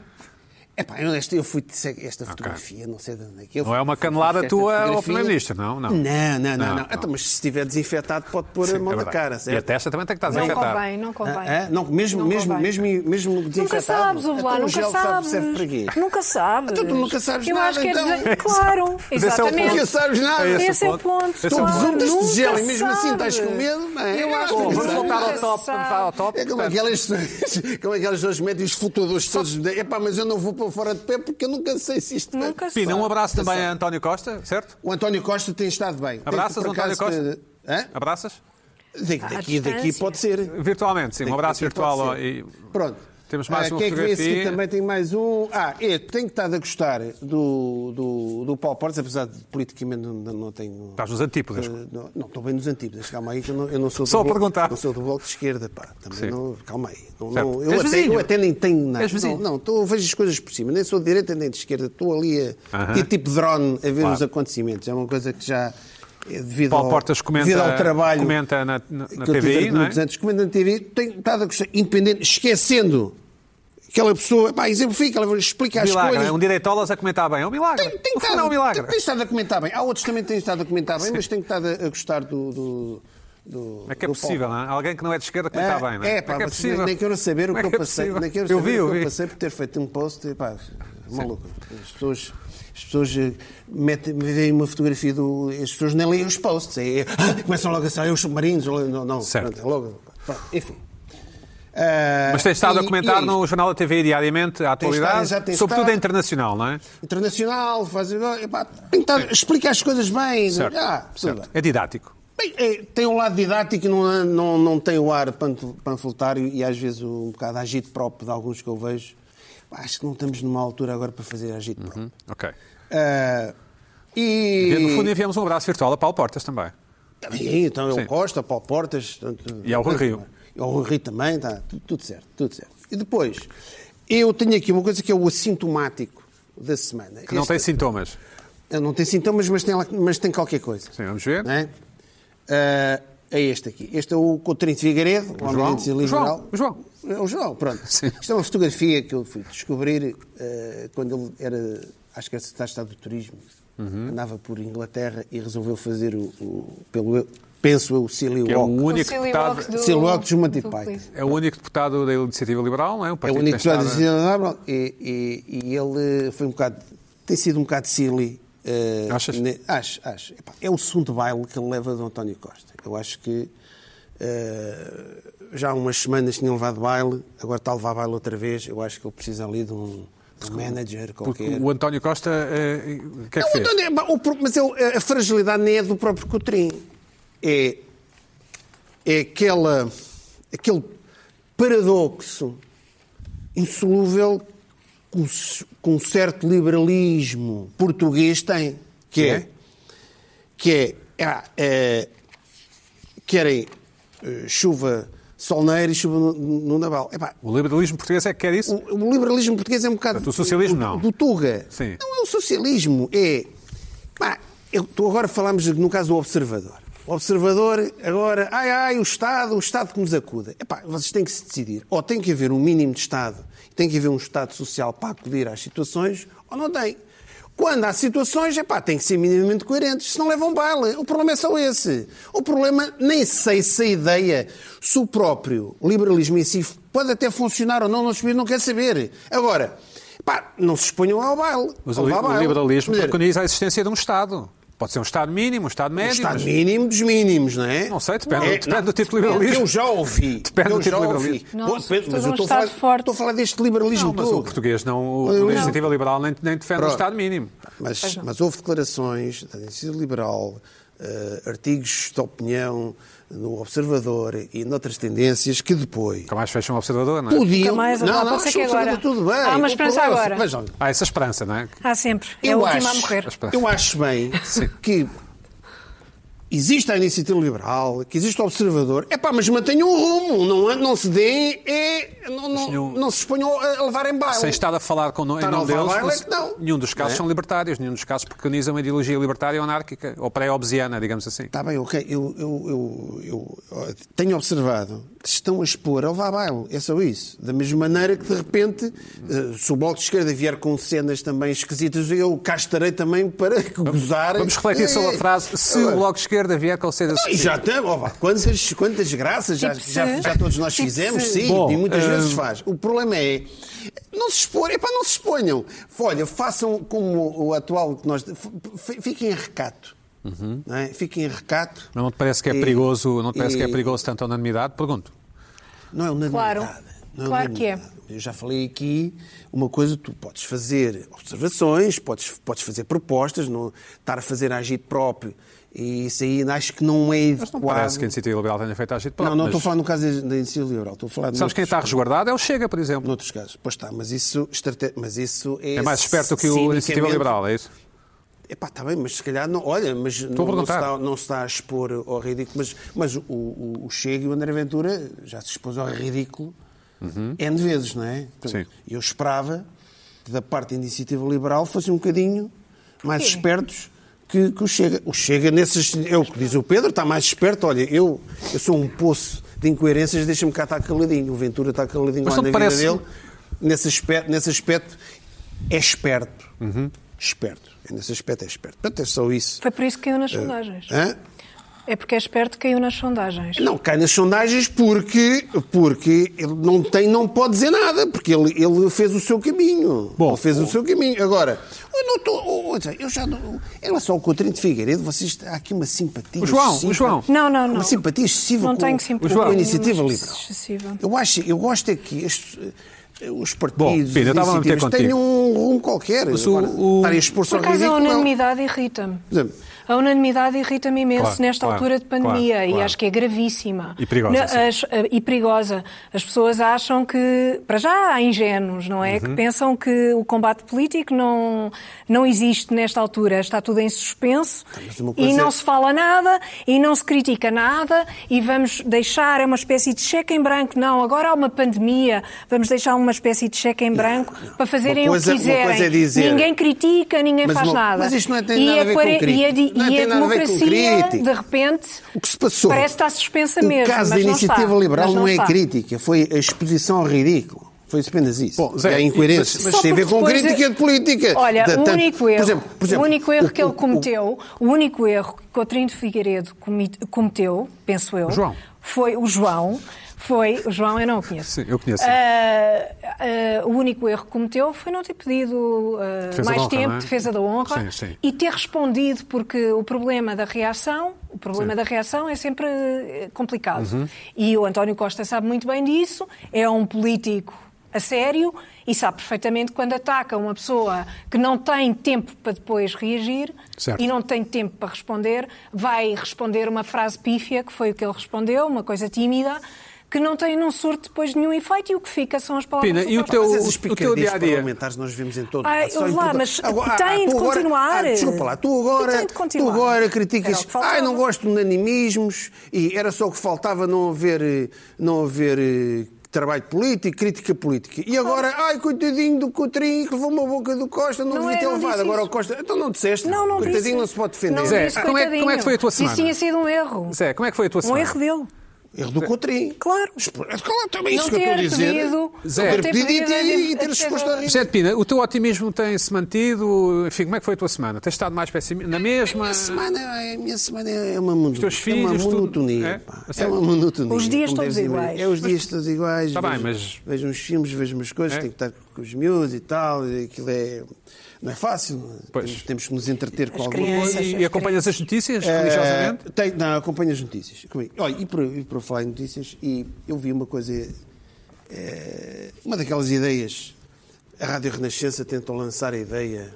Speaker 2: Epá, eu, esta, eu fui de se- esta fotografia, não sei de onde é que eu
Speaker 1: Não é uma
Speaker 2: fui- fui
Speaker 1: canelada
Speaker 2: buscar esta
Speaker 1: tua ao
Speaker 2: fotografia.
Speaker 1: Primeiro-Ministro, não? Não.
Speaker 2: Não, não, não.
Speaker 1: Não,
Speaker 2: não.
Speaker 1: não.
Speaker 2: Então, mas se estiver desinfetado, pode pôr
Speaker 1: Sim,
Speaker 2: a mão
Speaker 1: é
Speaker 2: na
Speaker 1: verdade.
Speaker 2: cara,
Speaker 1: E a
Speaker 2: certo?
Speaker 1: testa também tem que estar
Speaker 3: Não
Speaker 1: desinfetada.
Speaker 3: convém, não convém.
Speaker 2: Hã? Não, mesmo,
Speaker 3: Não
Speaker 2: mesmo,
Speaker 3: convém.
Speaker 2: mesmo, mesmo
Speaker 3: Nunca
Speaker 2: desinfetado.
Speaker 3: sabes, o
Speaker 2: Então,
Speaker 3: Vlad, nunca
Speaker 2: gel sabe-
Speaker 3: sabes.
Speaker 2: Serve para quê?
Speaker 3: Nunca sabes.
Speaker 2: Então tu nunca sabes
Speaker 3: Eu
Speaker 2: nada,
Speaker 3: acho que é
Speaker 2: então.
Speaker 3: dizer- Claro,
Speaker 1: Mas esse é o ponto.
Speaker 3: exatamente.
Speaker 2: Nunca sabes nada.
Speaker 1: É
Speaker 3: Esse é o ponto.
Speaker 1: Esse é o
Speaker 2: Tu
Speaker 1: ponto.
Speaker 3: claro.
Speaker 2: presuntas de
Speaker 3: Nunca
Speaker 2: gel e mesmo assim
Speaker 3: sabes.
Speaker 2: estás com medo? não é?
Speaker 3: Eu acho que
Speaker 1: Vamos
Speaker 3: Nunca
Speaker 1: voltar ao top,
Speaker 3: sabe.
Speaker 1: vamos voltar ao top.
Speaker 2: É como
Speaker 1: Portanto,
Speaker 2: aquelas pessoas, como aquelas pessoas que metem os flutuadores todos. É pá, mas eu não vou para fora de pé porque eu nunca sei se isto vai-
Speaker 3: Nunca
Speaker 1: Pina, um
Speaker 3: sabe.
Speaker 1: abraço também a António Costa, certo?
Speaker 2: O António Costa tem estado bem.
Speaker 1: Abraças,
Speaker 2: Tem que, por
Speaker 1: António
Speaker 2: acaso,
Speaker 1: Costa? Ah.
Speaker 2: eh, hã?
Speaker 1: Abraças?
Speaker 2: Daqui, daqui, daqui
Speaker 3: distância.
Speaker 2: pode ser.
Speaker 1: Virtualmente, sim. Um abraço
Speaker 2: Daqui pode
Speaker 1: virtual. ao-
Speaker 2: ser.
Speaker 1: e-
Speaker 2: Pronto.
Speaker 1: Temos mais
Speaker 2: Ah,
Speaker 1: uma
Speaker 2: quem é que vem a seguir?
Speaker 1: fotografia.
Speaker 2: Também tem mais um. Ah, eu tenho estado a gostar do, do, do Paulo Portas, apesar de politicamente não, não tenho.
Speaker 1: Estás nos antípodas.
Speaker 2: Eh, Não, não, estou bem nos antípodas, calma aí, que eu não, eu não sou
Speaker 1: Só a
Speaker 2: do bloco-
Speaker 1: perguntar.
Speaker 2: Não sou do bloco de esquerda, pá.
Speaker 1: Sim.
Speaker 2: Também não, calma aí. Não,
Speaker 1: Certo.
Speaker 2: não- eu,
Speaker 1: És
Speaker 2: até,
Speaker 1: vizinho.
Speaker 2: eu até nem tenho nada.
Speaker 1: És vizinho.
Speaker 2: Não, não estou- vejo as coisas por cima. Nem sou de direita nem de esquerda. Estou ali a,
Speaker 1: Aham.
Speaker 2: e tipo drone a ver
Speaker 1: Claro.
Speaker 2: os acontecimentos. É uma coisa que já. eh, Devido
Speaker 1: Paulo
Speaker 2: ao,
Speaker 1: Portas comenta-
Speaker 2: devido ao trabalho
Speaker 1: comenta na- na- na
Speaker 2: que eu tive
Speaker 1: TVI, não é?
Speaker 2: muitos anos, comenta na TV, tenho estado a gostar, independente, esquecendo Aquela pessoa, pá, exemplifica, ela explica as
Speaker 1: milagre,
Speaker 2: coisas.
Speaker 1: é um direitolas a comentar bem. É um milagre. o
Speaker 2: Tem, tem estado,
Speaker 1: Fernando é um milagre.
Speaker 2: Tem, tem estado a comentar bem. Há outros que também têm estado a comentar bem, mas tenho estado a, a gostar do. do, do
Speaker 1: Como é que é
Speaker 2: do
Speaker 1: possível,
Speaker 2: Paulo.
Speaker 1: não é? Alguém que não é de esquerda
Speaker 2: É,
Speaker 1: comentar bem, não é?
Speaker 2: é,
Speaker 1: Como
Speaker 2: pá,
Speaker 1: é que é
Speaker 2: vocês nem-
Speaker 1: possível?
Speaker 2: nem quero saber o
Speaker 1: Como é
Speaker 2: que eu
Speaker 1: é
Speaker 2: passei.
Speaker 1: possível?
Speaker 2: Nem quero
Speaker 1: eu
Speaker 2: saber
Speaker 1: vi,
Speaker 2: o
Speaker 1: eu
Speaker 2: que eu
Speaker 1: vi.
Speaker 2: passei por ter feito um post. e, pá, maluco. As pessoas. As pessoas eh, metem, veem uma fotografia do. As pessoas nem leem os posts. É, é, ah, começam logo a sair os submarinos. ou- Não, não.
Speaker 1: Certo.
Speaker 2: pronto, é logo, pá, enfim. Ah,
Speaker 1: Mas tem estado
Speaker 2: e-
Speaker 1: a
Speaker 2: e
Speaker 1: comentar
Speaker 2: é isto.
Speaker 1: no Jornal da TV diariamente a atualidade,
Speaker 2: estado, já tem
Speaker 1: sobretudo
Speaker 2: estado.
Speaker 1: a internacional, não é?
Speaker 2: Internacional, faz. Epá, tem que estar- explica as coisas bem.
Speaker 1: Certo.
Speaker 2: Ah, tudo
Speaker 1: Certo.
Speaker 2: bem.
Speaker 1: É didático.
Speaker 2: Bem, é, tem um lado didático e não, não, não tem o ar panf- panfletário e às vezes um bocado agito próprio de alguns que eu vejo. Pá, Acho que não estamos numa altura agora para fazer agito próprio.
Speaker 1: Ok.
Speaker 2: Ah,
Speaker 1: E Uhum. no
Speaker 2: e.
Speaker 1: fundo enviamos um abraço virtual a Paulo Portas também.
Speaker 2: Também, então eu
Speaker 1: Sim.
Speaker 2: Costa, Paulo Portas. portanto,
Speaker 1: E ao Rui Rio.
Speaker 2: E ao Rui Rio também, tá, tu- tudo certo, tudo certo. E depois, eu tenho aqui uma coisa que é o assintomático da semana.
Speaker 1: Que não tem sintomas.
Speaker 2: Não tem sintomas, mas tem, lá- mas tem qualquer coisa.
Speaker 1: Sim, vamos ver.
Speaker 2: Não é? Ah, é este aqui. Este é o Coutinho de Figueiredo, o homem antes
Speaker 1: João,
Speaker 2: liberal.
Speaker 1: o João.
Speaker 2: É o João, pronto.
Speaker 1: Sim.
Speaker 2: Isto é uma fotografia que eu fui descobrir ah, quando ele era, acho que era secretário de Estado do Turismo.
Speaker 1: Uhum.
Speaker 2: Andava por Inglaterra e resolveu fazer o, o- pelo eu- penso eu, o Silly
Speaker 1: Que é o
Speaker 2: Walk.
Speaker 1: único
Speaker 3: Silly
Speaker 1: deputado,
Speaker 3: Walk do-
Speaker 2: Silly Walk dos Monty
Speaker 3: do
Speaker 2: Python.
Speaker 1: é o único deputado da iniciativa liberal, não é? Um
Speaker 2: É o
Speaker 1: partido
Speaker 2: único
Speaker 1: que tem
Speaker 2: deputado da
Speaker 1: estado-
Speaker 2: Cidadão e, e, e ele foi um bocado. tem sido um bocado silly. eh,
Speaker 1: Achas?
Speaker 2: ne- acho, acho. Epá, é o segundo baile que ele leva de António Costa. Eu acho que eh, já há umas semanas tinha levado baile, agora está a levar baile outra vez. Eu acho que ele precisa ali de um, de um manager
Speaker 1: Porque
Speaker 2: qualquer.
Speaker 1: o António Costa, eh, o que é que
Speaker 2: Não,
Speaker 1: fez?
Speaker 2: António, epá, o pro- mas ele- a fragilidade nem é do próprio Cotrim. É, é aquela, aquele paradoxo insolúvel que um, s- que um certo liberalismo português tem, que é, que é, ah, é, querem eh, chuva solneira e chuva no, no naval. Epá,
Speaker 1: O liberalismo português é que quer isso?
Speaker 2: o, o liberalismo português é um bocado.
Speaker 1: Portanto, o socialismo
Speaker 2: do-
Speaker 1: não.
Speaker 2: Do Tuga.
Speaker 1: Sim.
Speaker 2: Não é o socialismo, é. Pá, eu, tu agora falámos no caso do observador. O observador, agora, ai ai, o Estado, o Estado que nos acuda. Epá, vocês têm que se decidir. Ou tem que haver um mínimo de Estado, tem que haver um Estado social para acudir às situações, ou não tem. Quando há situações, epá, tem que ser minimamente coerentes, senão levam baile. O problema é só esse. O problema, nem sei se a ideia, se o próprio liberalismo em si pode até funcionar ou não, não, não quer saber. Agora, pá, não se exponham ao baile.
Speaker 1: Mas
Speaker 2: ao
Speaker 1: o, li-
Speaker 2: baile.
Speaker 1: o liberalismo
Speaker 2: Então Quer dizer,
Speaker 1: preconiza a existência de um Estado. Pode ser um Estado mínimo, um Estado médio.
Speaker 2: o Estado
Speaker 1: mas-
Speaker 2: mínimo dos mínimos, não é?
Speaker 1: Não sei, depende-
Speaker 2: É,
Speaker 1: depende do tipo de liberalismo.
Speaker 2: Eu já ouvi.
Speaker 1: Depende
Speaker 2: eu
Speaker 1: do tipo
Speaker 2: já
Speaker 1: de
Speaker 2: ouvi.
Speaker 1: liberalismo.
Speaker 3: Não,
Speaker 2: Bom,
Speaker 3: tudo
Speaker 2: mas
Speaker 3: um
Speaker 2: eu estou a
Speaker 3: Estado
Speaker 2: falar,
Speaker 3: forte.
Speaker 2: estou a falar deste liberalismo
Speaker 1: Não, mas
Speaker 2: todo.
Speaker 1: o português não.
Speaker 2: Eu
Speaker 1: O,
Speaker 2: não.
Speaker 1: a iniciativa liberal nem, nem defende
Speaker 2: Pronto.
Speaker 1: um Estado mínimo.
Speaker 2: Mas, mas houve declarações da iniciativa liberal, eh, artigos de opinião no Observador e noutras tendências que depois
Speaker 1: Nunca mais fecha um observador, não é?
Speaker 2: podiam.
Speaker 3: mais,
Speaker 2: não,
Speaker 3: não,
Speaker 2: não,
Speaker 3: pode ser
Speaker 2: acho
Speaker 3: que
Speaker 2: absolutamente
Speaker 3: agora.
Speaker 2: tudo bem.
Speaker 3: Há uma
Speaker 2: O
Speaker 3: esperança
Speaker 2: problema-
Speaker 3: agora.
Speaker 2: Vejam,
Speaker 1: Há essa esperança, não é?
Speaker 3: Há sempre. É a
Speaker 2: eu
Speaker 3: última
Speaker 2: acho,
Speaker 3: a morrer.
Speaker 2: eu acho bem que existe a iniciativa liberal, que existe o observador. É pá, mas mantenham o rumo, não, não se deem, é, não, não,
Speaker 1: Senhor-
Speaker 2: não se exponham a levar em baile.
Speaker 1: Sem estar a falar com, em
Speaker 2: Estar a
Speaker 1: nome
Speaker 2: levar
Speaker 1: deles,
Speaker 2: baile é
Speaker 1: mas
Speaker 2: que Ah, não.
Speaker 1: nenhum dos casos
Speaker 2: Não é?
Speaker 1: são libertários, nenhum dos casos preconiza uma ideologia libertária ou anárquica, ou pré-obsiana, digamos assim.
Speaker 2: Está Tá bem, ok. Eu, eu, eu, eu tenho observado que se estão a expor ao vá baile, é só isso. Da mesma maneira que, de repente, eh, se o Bloco de Esquerda vier com cenas também esquisitas, eu cá estarei também para gozar. Eh,
Speaker 1: Vamos refletir sobre a frase: se o Bloco de Esquerda vier com cedo
Speaker 2: E já estamos, opa, quantas, quantas graças já,
Speaker 3: Tipo se.
Speaker 2: já, já todos nós
Speaker 3: Tipo
Speaker 2: fizemos,
Speaker 3: se.
Speaker 2: sim,
Speaker 1: Bom,
Speaker 2: e muitas
Speaker 1: eh,
Speaker 2: vezes faz. O problema é, não se expor, epá, não se exponham. Olha, façam como o atual que nós. f- f- Fiquem em recato.
Speaker 1: Uhum.
Speaker 2: Não é? Fiquem em recato.
Speaker 1: Mas não te parece que é
Speaker 2: E-
Speaker 1: perigoso, não te parece que é
Speaker 2: e-
Speaker 1: perigoso tanta unanimidade? Pergunto.
Speaker 2: Não é unanimidade.
Speaker 3: Claro.
Speaker 2: Não
Speaker 3: Claro que é.
Speaker 2: unanimidade. Eu já falei aqui uma coisa, tu podes fazer observações, podes, podes fazer propostas, não estar a fazer agito próprio. E isso aí acho que não é
Speaker 1: Mas não
Speaker 2: adequado.
Speaker 1: parece que a iniciativa liberal tenha feito a agito
Speaker 2: Não,
Speaker 1: próprio,
Speaker 2: não
Speaker 1: mas
Speaker 2: estou a falar no caso da- da iniciativa liberal, estou a falar
Speaker 1: Sabes quem
Speaker 2: noutros-
Speaker 1: está resguardado é o Chega, por exemplo.
Speaker 2: noutros casos. Pois está, mas isso, estrate- mas isso é.
Speaker 1: É mais esperto que o
Speaker 2: cinicamente-
Speaker 1: Iniciativa Liberal, é isso?
Speaker 2: Epá, está bem, mas se calhar não. Olha, mas não,
Speaker 1: a
Speaker 2: não, se
Speaker 1: perguntar.
Speaker 2: está, não se está a expor ao ridículo. Mas, mas o, o, o Chega e o André Ventura já se expôs ao ridículo N vezes, não é?
Speaker 1: Uhum. Sim.
Speaker 2: Eu esperava que da parte da iniciativa liberal fossem um bocadinho mais espertos que, que o Chega. O Chega, nesses. É o que diz o Pedro, está mais esperto. Olha, eu, eu sou um poço de incoerências, deixa-me cá estar caladinho. O Ventura está caladinho
Speaker 1: Mas
Speaker 2: lá
Speaker 1: não
Speaker 2: na
Speaker 1: parece-
Speaker 2: vida dele. nesse aspecto, nesse aspecto é esperto.
Speaker 1: Uhum.
Speaker 2: Esperto. Nesse aspecto é esperto. Portanto, é só isso.
Speaker 3: Foi por isso que caiu nas sondagens.
Speaker 2: Hã?
Speaker 3: É porque é esperto que caiu nas sondagens.
Speaker 2: Não, cai nas sondagens porque, porque ele não, tem, não pode dizer nada, porque ele, ele fez o seu caminho.
Speaker 1: Bom,
Speaker 2: ele fez o seu caminho. Agora, eu não estou. Eu, eu já. não- Em relação ao Coutinho de Figueiredo, vocês. Há aqui uma simpatia.
Speaker 1: O João, o
Speaker 2: excessiva-
Speaker 1: João.
Speaker 3: Não, não,
Speaker 2: Uma
Speaker 3: não.
Speaker 2: simpatia excessiva
Speaker 3: Não
Speaker 2: com,
Speaker 3: tenho simpatia
Speaker 2: com a
Speaker 3: nenhuma
Speaker 2: iniciativa liberal.
Speaker 3: excessiva.
Speaker 2: Eu, acho, eu gosto é que estes- eh, os
Speaker 1: Bom,
Speaker 2: partidos
Speaker 1: Pina, eu estava a meter
Speaker 2: iniciativas
Speaker 1: contigo.
Speaker 2: tenham um rumo qualquer.
Speaker 1: Mas o-
Speaker 2: Agora,
Speaker 1: o-
Speaker 2: Estarem expostos
Speaker 3: Por
Speaker 2: ao
Speaker 3: acaso é a
Speaker 2: ridículo. não.
Speaker 3: unanimidade irrita-me.
Speaker 2: Por exemplo,
Speaker 3: A unanimidade irrita-me imenso
Speaker 1: Claro,
Speaker 3: nesta
Speaker 1: claro,
Speaker 3: altura de pandemia
Speaker 1: claro,
Speaker 3: e
Speaker 1: claro.
Speaker 3: acho que é gravíssima.
Speaker 1: E perigosa,
Speaker 3: Na-
Speaker 1: sim.
Speaker 3: as- eh, e perigosa. As pessoas acham que, para já há ingênuos, não é?
Speaker 2: Uhum.
Speaker 3: Que pensam que o combate político não, não existe nesta altura, está tudo em suspenso
Speaker 2: mas uma coisa
Speaker 3: e não
Speaker 2: é-
Speaker 3: se fala nada e não se critica nada e vamos deixar, é uma espécie de cheque em branco. Não, agora há uma pandemia, vamos deixar uma espécie de cheque em branco para fazerem
Speaker 2: Uma coisa-
Speaker 3: o
Speaker 2: uma
Speaker 3: que quiserem.
Speaker 2: coisa é dizer-
Speaker 3: Ninguém critica, ninguém
Speaker 2: Mas
Speaker 3: faz
Speaker 2: não-
Speaker 3: nada.
Speaker 2: mas isto não tem
Speaker 3: E
Speaker 2: nada a ver com
Speaker 3: quare-
Speaker 2: crítica.
Speaker 3: E a, di-
Speaker 2: Não
Speaker 3: e
Speaker 2: tem
Speaker 3: a
Speaker 2: nada a ver com
Speaker 3: democracia,
Speaker 2: crítica.
Speaker 3: de repente,
Speaker 2: O que se passou?
Speaker 3: parece que está suspensa
Speaker 2: o
Speaker 3: mesmo. mas
Speaker 2: caso da
Speaker 3: não
Speaker 2: iniciativa
Speaker 3: está,
Speaker 2: liberal
Speaker 3: mas
Speaker 2: não, é
Speaker 3: está.
Speaker 2: crítica, foi a exposição ao ridículo. Foi apenas isso.
Speaker 1: Bom, Zé,
Speaker 2: e a
Speaker 1: mas-
Speaker 2: incoerência. Mas,
Speaker 3: Só
Speaker 2: tem a ver
Speaker 3: porque
Speaker 2: com
Speaker 3: depois- é-
Speaker 2: crítica de política.
Speaker 3: Olha,
Speaker 2: Da-
Speaker 3: o
Speaker 2: tanto-
Speaker 3: único erro,
Speaker 2: por exemplo- por exemplo,
Speaker 3: o único erro que
Speaker 2: o-
Speaker 3: ele cometeu, o único erro que Coutrinho de Figueiredo comi- cometeu, penso eu,
Speaker 1: João.
Speaker 3: foi o João, foi, o João eu não o conheço.
Speaker 1: Sim, eu conheço.
Speaker 3: Ah, ah, o único erro que cometeu foi não ter pedido ah,
Speaker 1: Defesa
Speaker 3: mais
Speaker 1: da honra,
Speaker 3: tempo
Speaker 1: não é?
Speaker 3: de defesa da honra
Speaker 1: Sim, sim.
Speaker 3: e ter respondido, porque o problema da reação, o problema da reação é sempre eh, complicado.
Speaker 1: Uhum.
Speaker 3: E o António Costa sabe muito bem disso, é um político a sério e sabe perfeitamente quando ataca uma pessoa que não tem tempo para depois reagir
Speaker 1: Certo.
Speaker 3: e não tem tempo para responder, vai responder uma frase pífia, que foi o que ele respondeu, uma coisa tímida, que não tem num surto depois nenhum efeito e o que fica são as palavras
Speaker 1: Pina,
Speaker 3: do
Speaker 1: e o
Speaker 3: Costa.
Speaker 1: teu-
Speaker 2: Mas essas
Speaker 1: o teu
Speaker 2: picardias
Speaker 1: dia-a-dia?
Speaker 2: parlamentares nós vimos em todo
Speaker 3: Ai,
Speaker 2: lado, só em
Speaker 3: lá,
Speaker 2: todo-
Speaker 3: mas
Speaker 2: Agora- ah,
Speaker 3: tem de
Speaker 2: tu agora-
Speaker 3: continuar.
Speaker 2: Ah, desculpa lá, tu
Speaker 3: Tem
Speaker 2: agora,
Speaker 3: de continuar. um
Speaker 2: tu agora
Speaker 3: Era o
Speaker 2: criticas.
Speaker 3: que faltava.
Speaker 2: Ai, não gosto de unanimismos e era só o que faltava não haver, eh, não haver eh, trabalho político, crítica política. E agora, ai, coitadinho do Coutrinho que levou uma boca do Costa, não,
Speaker 3: Não
Speaker 2: devia
Speaker 3: é,
Speaker 2: ter
Speaker 3: não
Speaker 2: levado.
Speaker 3: disse
Speaker 2: Agora
Speaker 3: isso.
Speaker 2: o Costa. Então não disseste.
Speaker 3: Não, não
Speaker 2: coitadinho
Speaker 3: disse.
Speaker 2: não se pode defender. Ah,
Speaker 3: Não
Speaker 1: Zé,
Speaker 3: disse,
Speaker 1: como é que-
Speaker 3: coitadinho.
Speaker 1: como é que foi a tua semana?
Speaker 3: Isso tinha sido um erro.
Speaker 1: Zé, como é que foi a tua
Speaker 3: Um
Speaker 1: semana?
Speaker 3: erro dele.
Speaker 2: Erro do Coutrinho.
Speaker 3: Claro.
Speaker 2: Claro, também
Speaker 3: Não
Speaker 2: isso que eu estou a
Speaker 3: ter
Speaker 2: dizer.
Speaker 3: pedido-
Speaker 1: Zé.
Speaker 2: Não
Speaker 1: não
Speaker 2: ter
Speaker 3: ter
Speaker 2: pedido
Speaker 3: pedido
Speaker 2: e-
Speaker 3: a
Speaker 2: e ter exposto
Speaker 3: defesa-
Speaker 2: a rir.
Speaker 1: José de Pina, o teu otimismo tem-se mantido? Enfim, como é que foi a tua semana? Tens estado mais pessimista? Na mesma?
Speaker 2: A semana, é- a minha semana é uma monotonia.
Speaker 1: teus
Speaker 2: é uma
Speaker 1: filhos, tudo-
Speaker 2: monotonia.
Speaker 1: é?
Speaker 2: pá.
Speaker 1: A
Speaker 2: É
Speaker 1: sério?
Speaker 2: uma monotonia.
Speaker 3: Os dias
Speaker 2: como
Speaker 3: todos
Speaker 2: deves imaginar.
Speaker 3: iguais.
Speaker 2: É os dias todos iguais.
Speaker 1: Tá bem,
Speaker 2: vejo-
Speaker 1: mas-
Speaker 2: Vejo uns filmes, vejo umas coisas,
Speaker 1: É?
Speaker 2: tenho que estar com os miúdos e tal. e aquilo é. Não é fácil.
Speaker 1: Pois.
Speaker 2: Temos, temos que nos entreter com alguma
Speaker 3: crianças.
Speaker 2: coisa.
Speaker 1: E, e acompanhas as notícias
Speaker 2: Eh,
Speaker 1: religiosamente?
Speaker 2: tem- não, acompanho as notícias. Comigo. Olha, e por, e por falar em notícias, e eu vi uma coisa. eh, uma daquelas ideias. A Rádio Renascença tentou lançar a ideia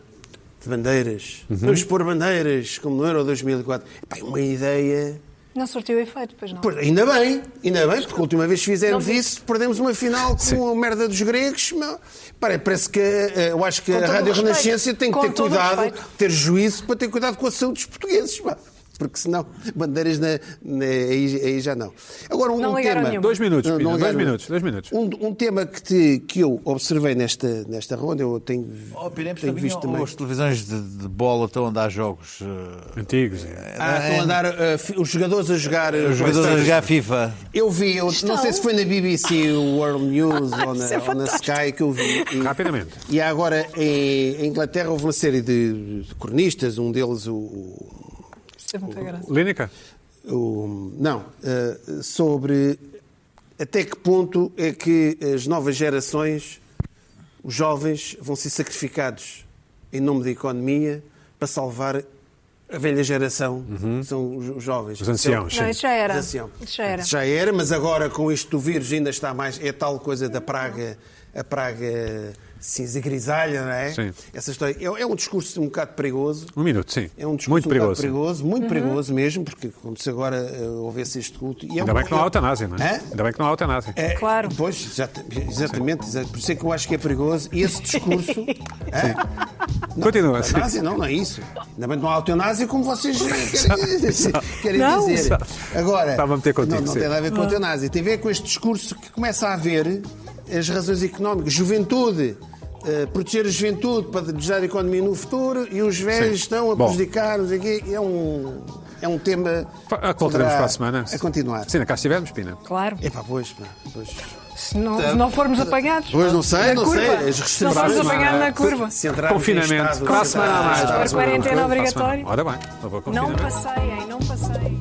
Speaker 2: de bandeiras. Vamos pôr bandeiras, como no Euro 2004. Epá, é uma ideia.
Speaker 3: Não surtiu efeito, pois não.
Speaker 2: Pois, ainda bem, ainda bem, porque a última vez que fizemos
Speaker 3: Não vi.
Speaker 2: isso, perdemos uma final com a merda dos gregos. mas, pá, parece que eh, eu acho que
Speaker 3: Com
Speaker 2: a
Speaker 3: todo o
Speaker 2: Rádio
Speaker 3: respeito.
Speaker 2: Renascença tem que
Speaker 3: Com
Speaker 2: ter
Speaker 3: todo o
Speaker 2: cuidado,
Speaker 3: respeito.
Speaker 2: ter juízo para ter cuidado com a saúde dos portugueses. pá. Porque senão, bandeiras na, na- aí, aí já não. Agora, um,
Speaker 3: Não
Speaker 2: um
Speaker 3: ligaram
Speaker 2: tema.
Speaker 3: nenhuma.
Speaker 1: Dois minutos, Pina, dois
Speaker 2: ligaram
Speaker 1: minutos, dois minutos.
Speaker 2: Um, um tema que, te- que eu observei nesta, nesta ronda, eu tenho,
Speaker 4: Oh, é
Speaker 2: tenho visto também.
Speaker 4: As televisões de, de bola estão a dar jogos.
Speaker 2: Um.
Speaker 4: eh,
Speaker 1: Antigos. é.
Speaker 2: Ah, estão a andar eh, fi- os jogadores a jogar. eh,
Speaker 4: os jogadores a jogar FIFA.
Speaker 2: Eu vi, eu não sei se foi na BBC World News ou na,
Speaker 3: Isso é
Speaker 2: ou na
Speaker 3: fantástico.
Speaker 2: Sky que eu vi. E-
Speaker 1: Rapidamente.
Speaker 2: E há agora em, em Inglaterra houve uma série de, de cronistas, um deles o. o-
Speaker 3: Isso é muita graça.
Speaker 1: Línica?
Speaker 2: o- não, eh, sobre até que ponto é que as novas gerações, os jovens, vão ser sacrificados em nome da economia para salvar a velha geração, que são os os jovens.
Speaker 1: Uhum. Os anciãos,
Speaker 3: Não,
Speaker 1: sim.
Speaker 3: isso já era.
Speaker 2: Atenção.
Speaker 3: Isso já era.
Speaker 2: assim, Já era, mas agora com este do vírus ainda está mais. É tal coisa da praga, a praga cinza grisalha, não é?
Speaker 1: Sim.
Speaker 2: Essa história. É, é um discurso um bocado perigoso.
Speaker 1: Um minuto, sim.
Speaker 2: É um discurso
Speaker 1: Muito
Speaker 2: um
Speaker 1: perigoso.
Speaker 2: bocado perigoso, muito perigoso mesmo, porque como se agora eh, houvesse este culto. E é
Speaker 1: Ainda
Speaker 2: um
Speaker 1: bem que não há
Speaker 2: pouco-
Speaker 1: eutanásia, não é?
Speaker 2: Hã?
Speaker 1: Ainda bem que não há eutanásia.
Speaker 2: É,
Speaker 3: Claro.
Speaker 2: Pois, exata- exatamente, exatamente. Por isso é que eu acho que é perigoso. E esse discurso. Hã?
Speaker 1: Continua, sim.
Speaker 2: Eutanásia? Não, não é isso. Ainda bem que não há eutanásia como vocês querem, querem
Speaker 3: Não. Ah.
Speaker 2: dizer. Agora,
Speaker 1: Estava a meter contigo,
Speaker 2: não, não
Speaker 1: sim.
Speaker 2: tem nada a ver com a eutanásia. Tem a ver com este discurso que começa a haver as razões económicas. Juventude, eh, proteger a juventude para desejar a economia no futuro e os velhos
Speaker 1: Sim.
Speaker 2: estão a
Speaker 1: Bom.
Speaker 2: prejudicar-nos aqui. É um... é um tema.
Speaker 1: A
Speaker 2: que
Speaker 1: ah, qual teremos
Speaker 2: poderá-
Speaker 1: para a semana?
Speaker 2: A continuar.
Speaker 1: Sim, cá estivermos, Pina.
Speaker 3: Claro.
Speaker 2: Epá, pois, pá, pois.
Speaker 3: Se não, se não formos apanhados.
Speaker 2: tá. Pois, não sei,
Speaker 3: na
Speaker 2: não
Speaker 3: curva.
Speaker 2: sei. é As
Speaker 3: Se não formos
Speaker 1: restrições-
Speaker 3: apanhados na curva.
Speaker 2: Se entrarmos em
Speaker 1: Confinamento.
Speaker 2: estado-
Speaker 1: Para a semana a mais.
Speaker 3: Para a
Speaker 1: Para a semana a mais.
Speaker 3: quarentena
Speaker 1: Para a semana.
Speaker 3: obrigatória.
Speaker 1: Ora bem, só vou
Speaker 3: Não
Speaker 1: confinamento.
Speaker 3: passeiem, não passeiem.